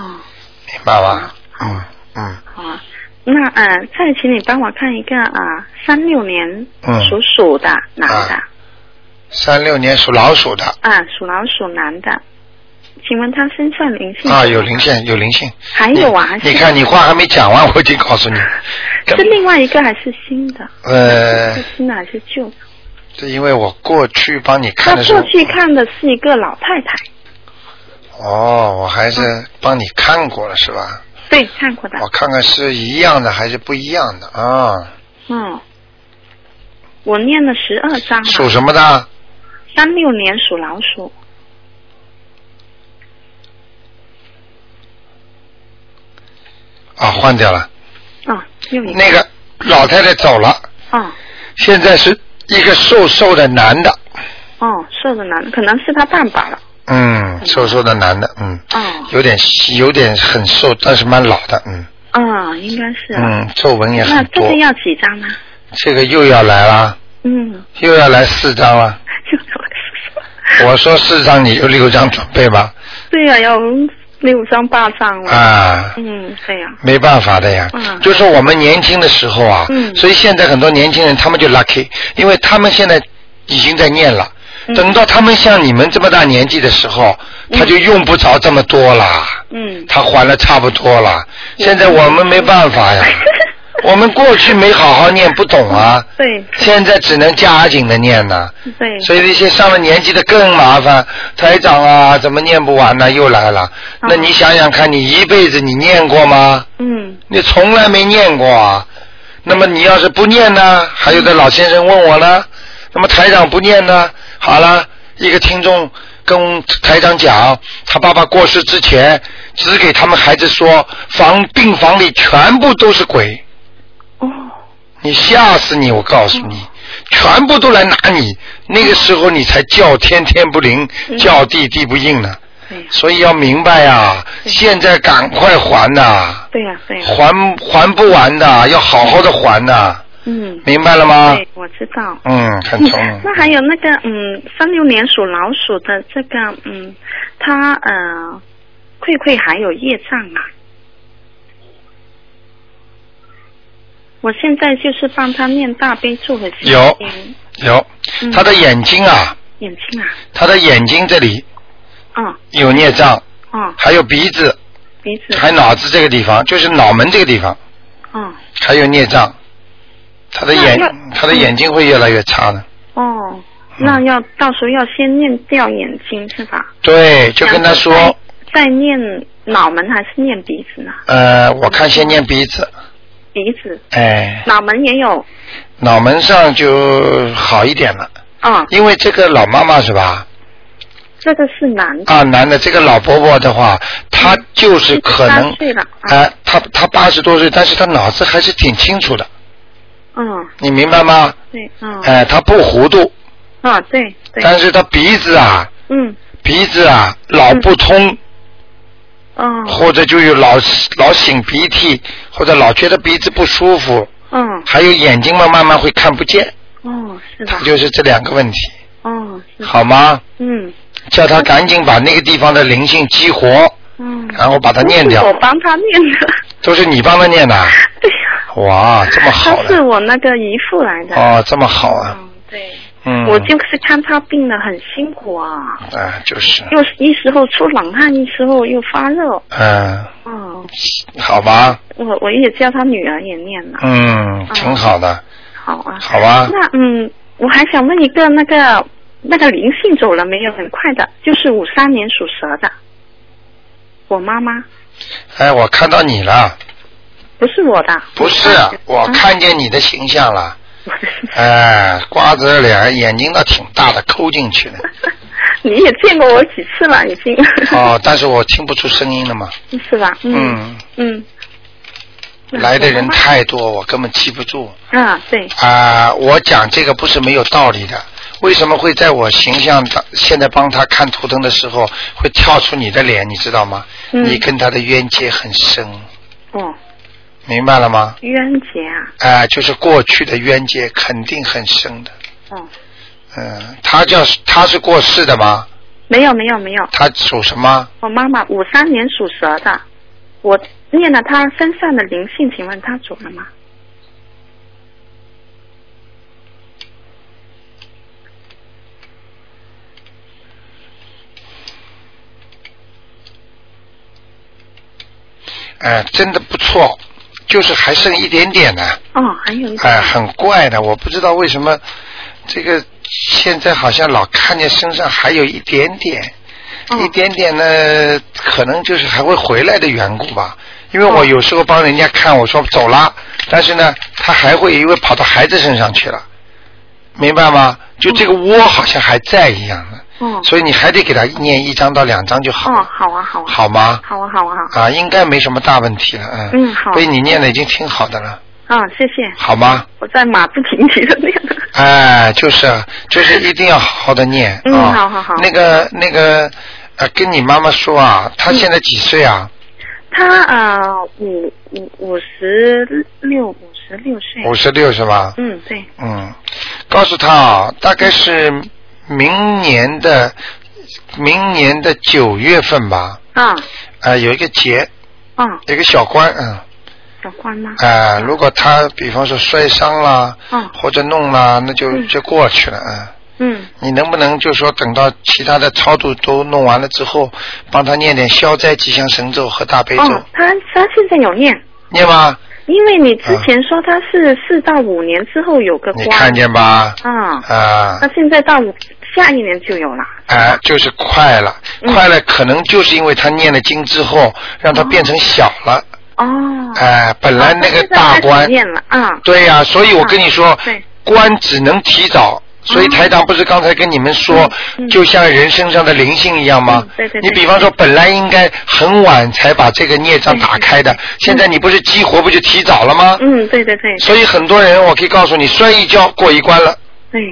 [SPEAKER 1] 明白吗？嗯嗯
[SPEAKER 6] 好啊。那呃，再请你帮我看一个啊，三六年
[SPEAKER 1] 嗯
[SPEAKER 6] 属鼠的男的
[SPEAKER 1] 啊三六年属老鼠的
[SPEAKER 6] 啊，属老鼠男的，请问他身上灵性
[SPEAKER 1] 啊，有灵性，有灵性。
[SPEAKER 6] 还有啊？
[SPEAKER 1] 你
[SPEAKER 6] 是
[SPEAKER 1] 看你话还没讲完，我已经告诉你。
[SPEAKER 6] 是另外一个还是新的？
[SPEAKER 1] 呃
[SPEAKER 6] 是，新的还是旧的？
[SPEAKER 1] 这因为我过去帮你
[SPEAKER 6] 他
[SPEAKER 1] 看的时
[SPEAKER 6] 过
[SPEAKER 1] 候，
[SPEAKER 6] 去看的是一个老太太，
[SPEAKER 1] 哦，我还是帮你看过了是吧？
[SPEAKER 6] 对，看过的
[SPEAKER 1] 我。哦看看是一样的还是不一样的啊？
[SPEAKER 6] 嗯，我念了十二章了。
[SPEAKER 1] 属什么的？
[SPEAKER 6] 三六年属老鼠。
[SPEAKER 1] 啊，换掉了。
[SPEAKER 6] 啊，又一个。
[SPEAKER 1] 那个老太太走了，
[SPEAKER 6] 啊，
[SPEAKER 1] 现在是一个瘦瘦的男的，
[SPEAKER 6] 哦，瘦的男的，可能是他爸爸了。
[SPEAKER 1] 嗯，瘦瘦的男的，嗯，
[SPEAKER 6] 哦，
[SPEAKER 1] 有点有点很瘦，但是蛮老的，嗯
[SPEAKER 6] 啊，应该是啊。
[SPEAKER 1] 嗯，皱纹也
[SPEAKER 6] 那
[SPEAKER 1] 很
[SPEAKER 6] 这
[SPEAKER 1] 多
[SPEAKER 6] 个。要几张呢？
[SPEAKER 1] 这个又要来啦，
[SPEAKER 6] 嗯，
[SPEAKER 1] 又要来四张了。我说四张，你就六张准备吧。
[SPEAKER 6] 对呀、要六张八张了。
[SPEAKER 1] 啊，
[SPEAKER 6] 嗯，对呀、
[SPEAKER 1] 没办法的呀，
[SPEAKER 6] 嗯
[SPEAKER 1] 就是我们年轻的时候啊，
[SPEAKER 6] 嗯
[SPEAKER 1] 所以现在很多年轻人他们就 lucky，因为他们现在已经在念了，
[SPEAKER 6] 嗯
[SPEAKER 1] 等到他们像你们这么大年纪的时候，他就用不着这么多了，
[SPEAKER 6] 嗯
[SPEAKER 1] 他还了差不多了，现在我们没办法 呀，我们过去没好好念，不懂啊，
[SPEAKER 6] 对
[SPEAKER 1] 现在只能加紧的念呢、
[SPEAKER 6] 对，
[SPEAKER 1] 所以那些上了年纪的更麻烦，台长啊，怎么念不完呢？又来了。那你想想看，你一辈子你念过吗？
[SPEAKER 6] 嗯
[SPEAKER 1] 你从来没念过啊。那么你要是不念呢？还有的老先生问我呢，那么台长不念呢？好了，一个听众跟台长讲，他爸爸过世之前，只给他们孩子说，房病房里全部都是鬼。
[SPEAKER 6] 哦
[SPEAKER 1] 你吓死你！我告诉你，全部都来拿你。那个时候你才叫天天不灵，叫地地不应呢。
[SPEAKER 6] 嗯对呀、
[SPEAKER 1] 所以要明白啊，现在赶快还呐、
[SPEAKER 6] 对呀、对呀、
[SPEAKER 1] 还还不完的，要好好的还呐、
[SPEAKER 6] 嗯，
[SPEAKER 1] 明白了吗？
[SPEAKER 6] 对，我知道。
[SPEAKER 1] 嗯，很聪明。
[SPEAKER 6] 那还有那个嗯，三六年属老鼠的这个嗯，他呃，慧慧还有业障啊。我现在就是帮他念大悲咒的心经
[SPEAKER 1] 有有
[SPEAKER 6] 嗯，
[SPEAKER 1] 他的眼睛啊，
[SPEAKER 6] 眼睛啊，
[SPEAKER 1] 他的眼睛这里
[SPEAKER 6] 哦
[SPEAKER 1] 有孽障，
[SPEAKER 6] 哦，
[SPEAKER 1] 还有鼻子，
[SPEAKER 6] 鼻子
[SPEAKER 1] 还脑子这个地方，就是脑门这个地方，
[SPEAKER 6] 哦
[SPEAKER 1] 还有孽障。他的眼
[SPEAKER 6] 那，
[SPEAKER 1] 他的眼睛会越来越差的。
[SPEAKER 6] 哦，
[SPEAKER 1] 嗯
[SPEAKER 6] 那要到时候要先念掉眼睛是吧？
[SPEAKER 1] 对，就跟他
[SPEAKER 6] 然
[SPEAKER 1] 说
[SPEAKER 6] 后，再再念脑门还是念鼻子呢？
[SPEAKER 1] 呃，我看先念鼻子，
[SPEAKER 6] 鼻子、
[SPEAKER 1] 哎，
[SPEAKER 6] 脑门也有
[SPEAKER 1] 脑门上就好一点了，
[SPEAKER 6] 啊、哦，
[SPEAKER 1] 因为这个老妈妈是吧？
[SPEAKER 6] 这个是男的，
[SPEAKER 1] 啊，男的这个老伯伯的话，他就是可能
[SPEAKER 6] 嗯八，岁了，啊
[SPEAKER 1] 哎，他他八十多岁，但是他脑子还是挺清楚的，
[SPEAKER 6] 嗯。
[SPEAKER 1] 你明白吗？
[SPEAKER 6] 对，嗯，
[SPEAKER 1] 哎，他不糊涂，
[SPEAKER 6] 啊，对对，
[SPEAKER 1] 但是他鼻子啊，
[SPEAKER 6] 嗯，
[SPEAKER 1] 鼻子啊老不通，
[SPEAKER 6] 哦，
[SPEAKER 1] 或者就有老老擤鼻涕，或者老觉得鼻子不舒服，
[SPEAKER 6] 嗯，
[SPEAKER 1] 还有眼睛嘛慢慢会看不见，
[SPEAKER 6] 哦，是的
[SPEAKER 1] 他，就是这两个问题。
[SPEAKER 6] 哦，是的，
[SPEAKER 1] 好吗？
[SPEAKER 6] 嗯
[SPEAKER 1] 叫他赶紧把那个地方的灵性激活，
[SPEAKER 6] 嗯，
[SPEAKER 1] 然后把它念掉
[SPEAKER 6] 都是。我帮他念的，
[SPEAKER 1] 都是你帮他念的啊，
[SPEAKER 6] 对呀，
[SPEAKER 1] 哇，这么好
[SPEAKER 6] 他是
[SPEAKER 1] 的
[SPEAKER 6] 我那个姨父来的，
[SPEAKER 1] 哦，这么好啊，
[SPEAKER 6] 嗯，对，
[SPEAKER 1] 嗯，
[SPEAKER 6] 我就是看他病的很辛苦啊，
[SPEAKER 1] 啊，就是，
[SPEAKER 6] 又是一时候出冷汗，一时候又发热，
[SPEAKER 1] 嗯，
[SPEAKER 6] 嗯，
[SPEAKER 1] 好吧，
[SPEAKER 6] 我我也叫他女儿也念了，
[SPEAKER 1] 嗯，挺好的，
[SPEAKER 6] 好啊，
[SPEAKER 1] 好吧，
[SPEAKER 6] 那嗯，我还想问一个那个。那个灵性走了没有？很快的，就是五三年属蛇的，我妈妈。
[SPEAKER 1] 哎，我看到你了，
[SPEAKER 6] 不是我的，
[SPEAKER 1] 不是，
[SPEAKER 6] 嗯
[SPEAKER 1] 我看见你的形象了，
[SPEAKER 6] 我的是
[SPEAKER 1] 哎，瓜子脸，眼睛倒挺大的，抠进去 了，
[SPEAKER 6] 你也见过我几次了，已经，
[SPEAKER 1] 哦 哦，但是我听不出声音了嘛，
[SPEAKER 6] 是吧？嗯
[SPEAKER 1] 嗯，
[SPEAKER 6] 嗯
[SPEAKER 1] 来的人太多，我根本记不住。
[SPEAKER 6] 啊，对，
[SPEAKER 1] 啊、我讲这个不是没有道理的。为什么会在我形象当现在帮他看图腾的时候，会跳出你的脸，你知道吗？
[SPEAKER 6] 嗯
[SPEAKER 1] 你跟他的冤结很深，
[SPEAKER 6] 哦，
[SPEAKER 1] 明白了吗？
[SPEAKER 6] 冤结啊，
[SPEAKER 1] 啊、就是过去的冤结肯定很深的。
[SPEAKER 6] 哦，
[SPEAKER 1] 嗯，他叫他是过世的吗？
[SPEAKER 6] 没有没有没有，
[SPEAKER 1] 他属什么？
[SPEAKER 6] 我妈妈五三年属蛇的，我念了她身上的灵性，请问她走了吗？
[SPEAKER 1] 哎、真的不错，就是还剩一点点呢、
[SPEAKER 6] 哦，还有一个，
[SPEAKER 1] 哎、很怪的，我不知道为什么这个现在好像老看见身上还有一点点，
[SPEAKER 6] 嗯
[SPEAKER 1] 一点点呢，可能就是还会回来的缘故吧。因为
[SPEAKER 6] 哦
[SPEAKER 1] 我有时候帮人家看，我说走了，但是呢，他还会因为跑到孩子身上去了，明白吗？就这个窝好像还在一样的，
[SPEAKER 6] 哦，
[SPEAKER 1] 所以你还得给他念一张到两张就好，
[SPEAKER 6] 哦，好啊好啊，
[SPEAKER 1] 好吗？
[SPEAKER 6] 好啊好啊，好
[SPEAKER 1] 啊，应该没什么大问题了，嗯。
[SPEAKER 6] 嗯好
[SPEAKER 1] 被你念的已经挺好的了，
[SPEAKER 6] 啊，谢谢，
[SPEAKER 1] 好吗？
[SPEAKER 6] 我在马不停蹄的念了，
[SPEAKER 1] 哎，就是啊就是一定要好好的念啊。
[SPEAKER 6] 嗯好好好
[SPEAKER 1] 那个那个，呃，跟你妈妈说啊，
[SPEAKER 6] 嗯
[SPEAKER 1] 她现在几岁啊？
[SPEAKER 6] 她呃五五五十六五十六岁，
[SPEAKER 1] 五十六是吧？
[SPEAKER 6] 嗯对，
[SPEAKER 1] 嗯，告诉她啊，大概是明年的明年的九月份吧。
[SPEAKER 6] 啊
[SPEAKER 1] 啊、有一个节，
[SPEAKER 6] 啊，
[SPEAKER 1] 有一个小关，嗯，啊、
[SPEAKER 6] 小关吗？
[SPEAKER 1] 如果她比方说摔伤啦，
[SPEAKER 6] 啊
[SPEAKER 1] 或者弄啦，那就就过去了，嗯。
[SPEAKER 6] 嗯
[SPEAKER 1] 你能不能就说等到其他的超度都弄完了之后，帮他念点消灾吉祥神咒和大悲咒，
[SPEAKER 6] 哦，她她现在有念。
[SPEAKER 1] 念吗？
[SPEAKER 6] 因为你之前说他是四到五年之后有个
[SPEAKER 1] 嗯你
[SPEAKER 6] 关，
[SPEAKER 1] 看见吧？
[SPEAKER 6] 啊，
[SPEAKER 1] 啊、
[SPEAKER 6] 那现在到下一年就有了，
[SPEAKER 1] 哎、就是快了，
[SPEAKER 6] 嗯
[SPEAKER 1] 快了，可能就是因为他念了经之后，让他变成小了，
[SPEAKER 6] 哦，
[SPEAKER 1] 哎、本来那个大
[SPEAKER 6] 关
[SPEAKER 1] 关，
[SPEAKER 6] 念了啊，
[SPEAKER 1] 对呀、所以我跟你说，
[SPEAKER 6] 对哦
[SPEAKER 1] 关只能提早。所以台长不是刚才跟你们说，
[SPEAKER 6] 嗯嗯
[SPEAKER 1] 就像人身上的灵性一样吗？
[SPEAKER 6] 嗯对对对
[SPEAKER 1] 你比方说，本来应该很晚才把这个孽障打开的，现在你不是激活，不就提早了吗？
[SPEAKER 6] 嗯，对对对
[SPEAKER 1] 所以很多人，我可以告诉你，摔一跤过一关了，
[SPEAKER 6] 对，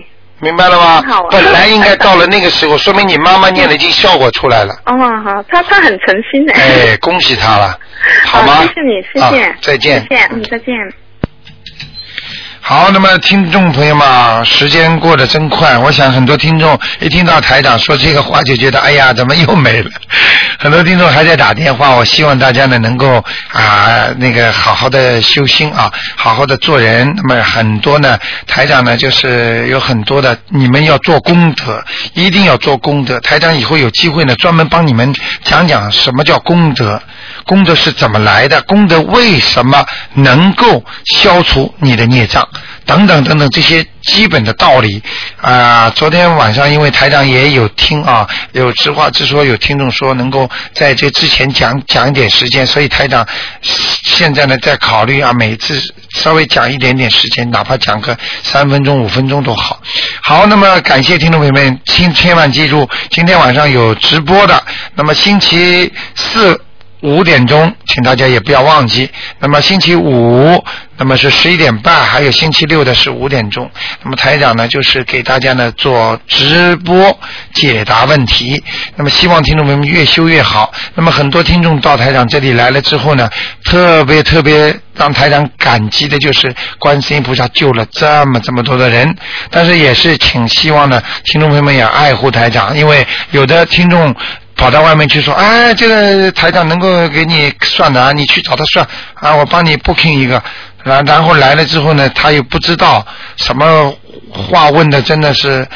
[SPEAKER 1] 明白了吗
[SPEAKER 6] 很好啊？
[SPEAKER 1] 本来应该到了那个时 候，说明你妈妈念的已经效果出来了。
[SPEAKER 6] 哦，好，他他很诚心的，
[SPEAKER 1] 哎，恭喜她了， 好吗？
[SPEAKER 6] 谢谢你，谢谢
[SPEAKER 1] 啊，再见。
[SPEAKER 6] 谢谢，嗯，再见。
[SPEAKER 1] 好，那么听众朋友们啊，时间过得真快，我想很多听众一听到台长说这个话就觉得，哎呀，怎么又没了？ 很多听众还在打电话，我希望大家呢能够啊那个好好的修心啊，好好的做人。那么很多呢，台长呢就是有很多的，你们要做功德，一定要做功德。台长以后有机会呢，专门帮你们讲讲什么叫功德。功德是怎么来的，功德为什么能够消除你的孽障，等等等等这些基本的道理啊、昨天晚上因为台长也有听啊，有直话直说，有听众说能够在这之前讲讲一点时间，所以台长现在呢在考虑啊，每次稍微讲一点点时间，哪怕讲个三分钟、五分钟都好。好，那么感谢听众朋友们，千千万记住，今天晚上有直播的，那么星期四。五点钟，请大家也不要忘记。那么星期五，那么是十一点半，还有星期六的是五点钟。那么台长呢，就是给大家呢做直播解答问题。那么希望听众朋友们越修越好。那么很多听众到台长这里来了之后呢，特别特别让台长感激的就是观世音菩萨救了这么这么多的人。但是也是请希望呢，听众朋友们也爱护台长，因为有的听众跑到外面去说，哎，这个台长能够给你算的啊，你去找他算啊，我帮你 booking 一个。然然后来了之后呢，他又不知道什么话问的，真的是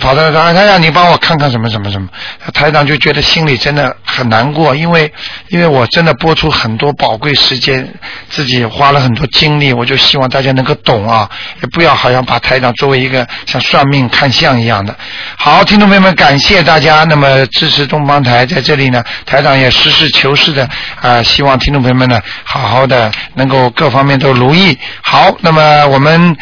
[SPEAKER 1] 跑到说，哎台长你帮我看看什么什么什么，台长就觉得心里真的很难过，因为因为我真的播出很多宝贵时间，自己花了很多精力，我就希望大家能够懂啊，也不要好像把台长作为一个像算命看相一样的。好，听众朋友们，感谢大家那么支持东方台，在这里呢，台长也实事求是的啊、希望听众朋友们呢好好的能够各方面都如意。好，那么我们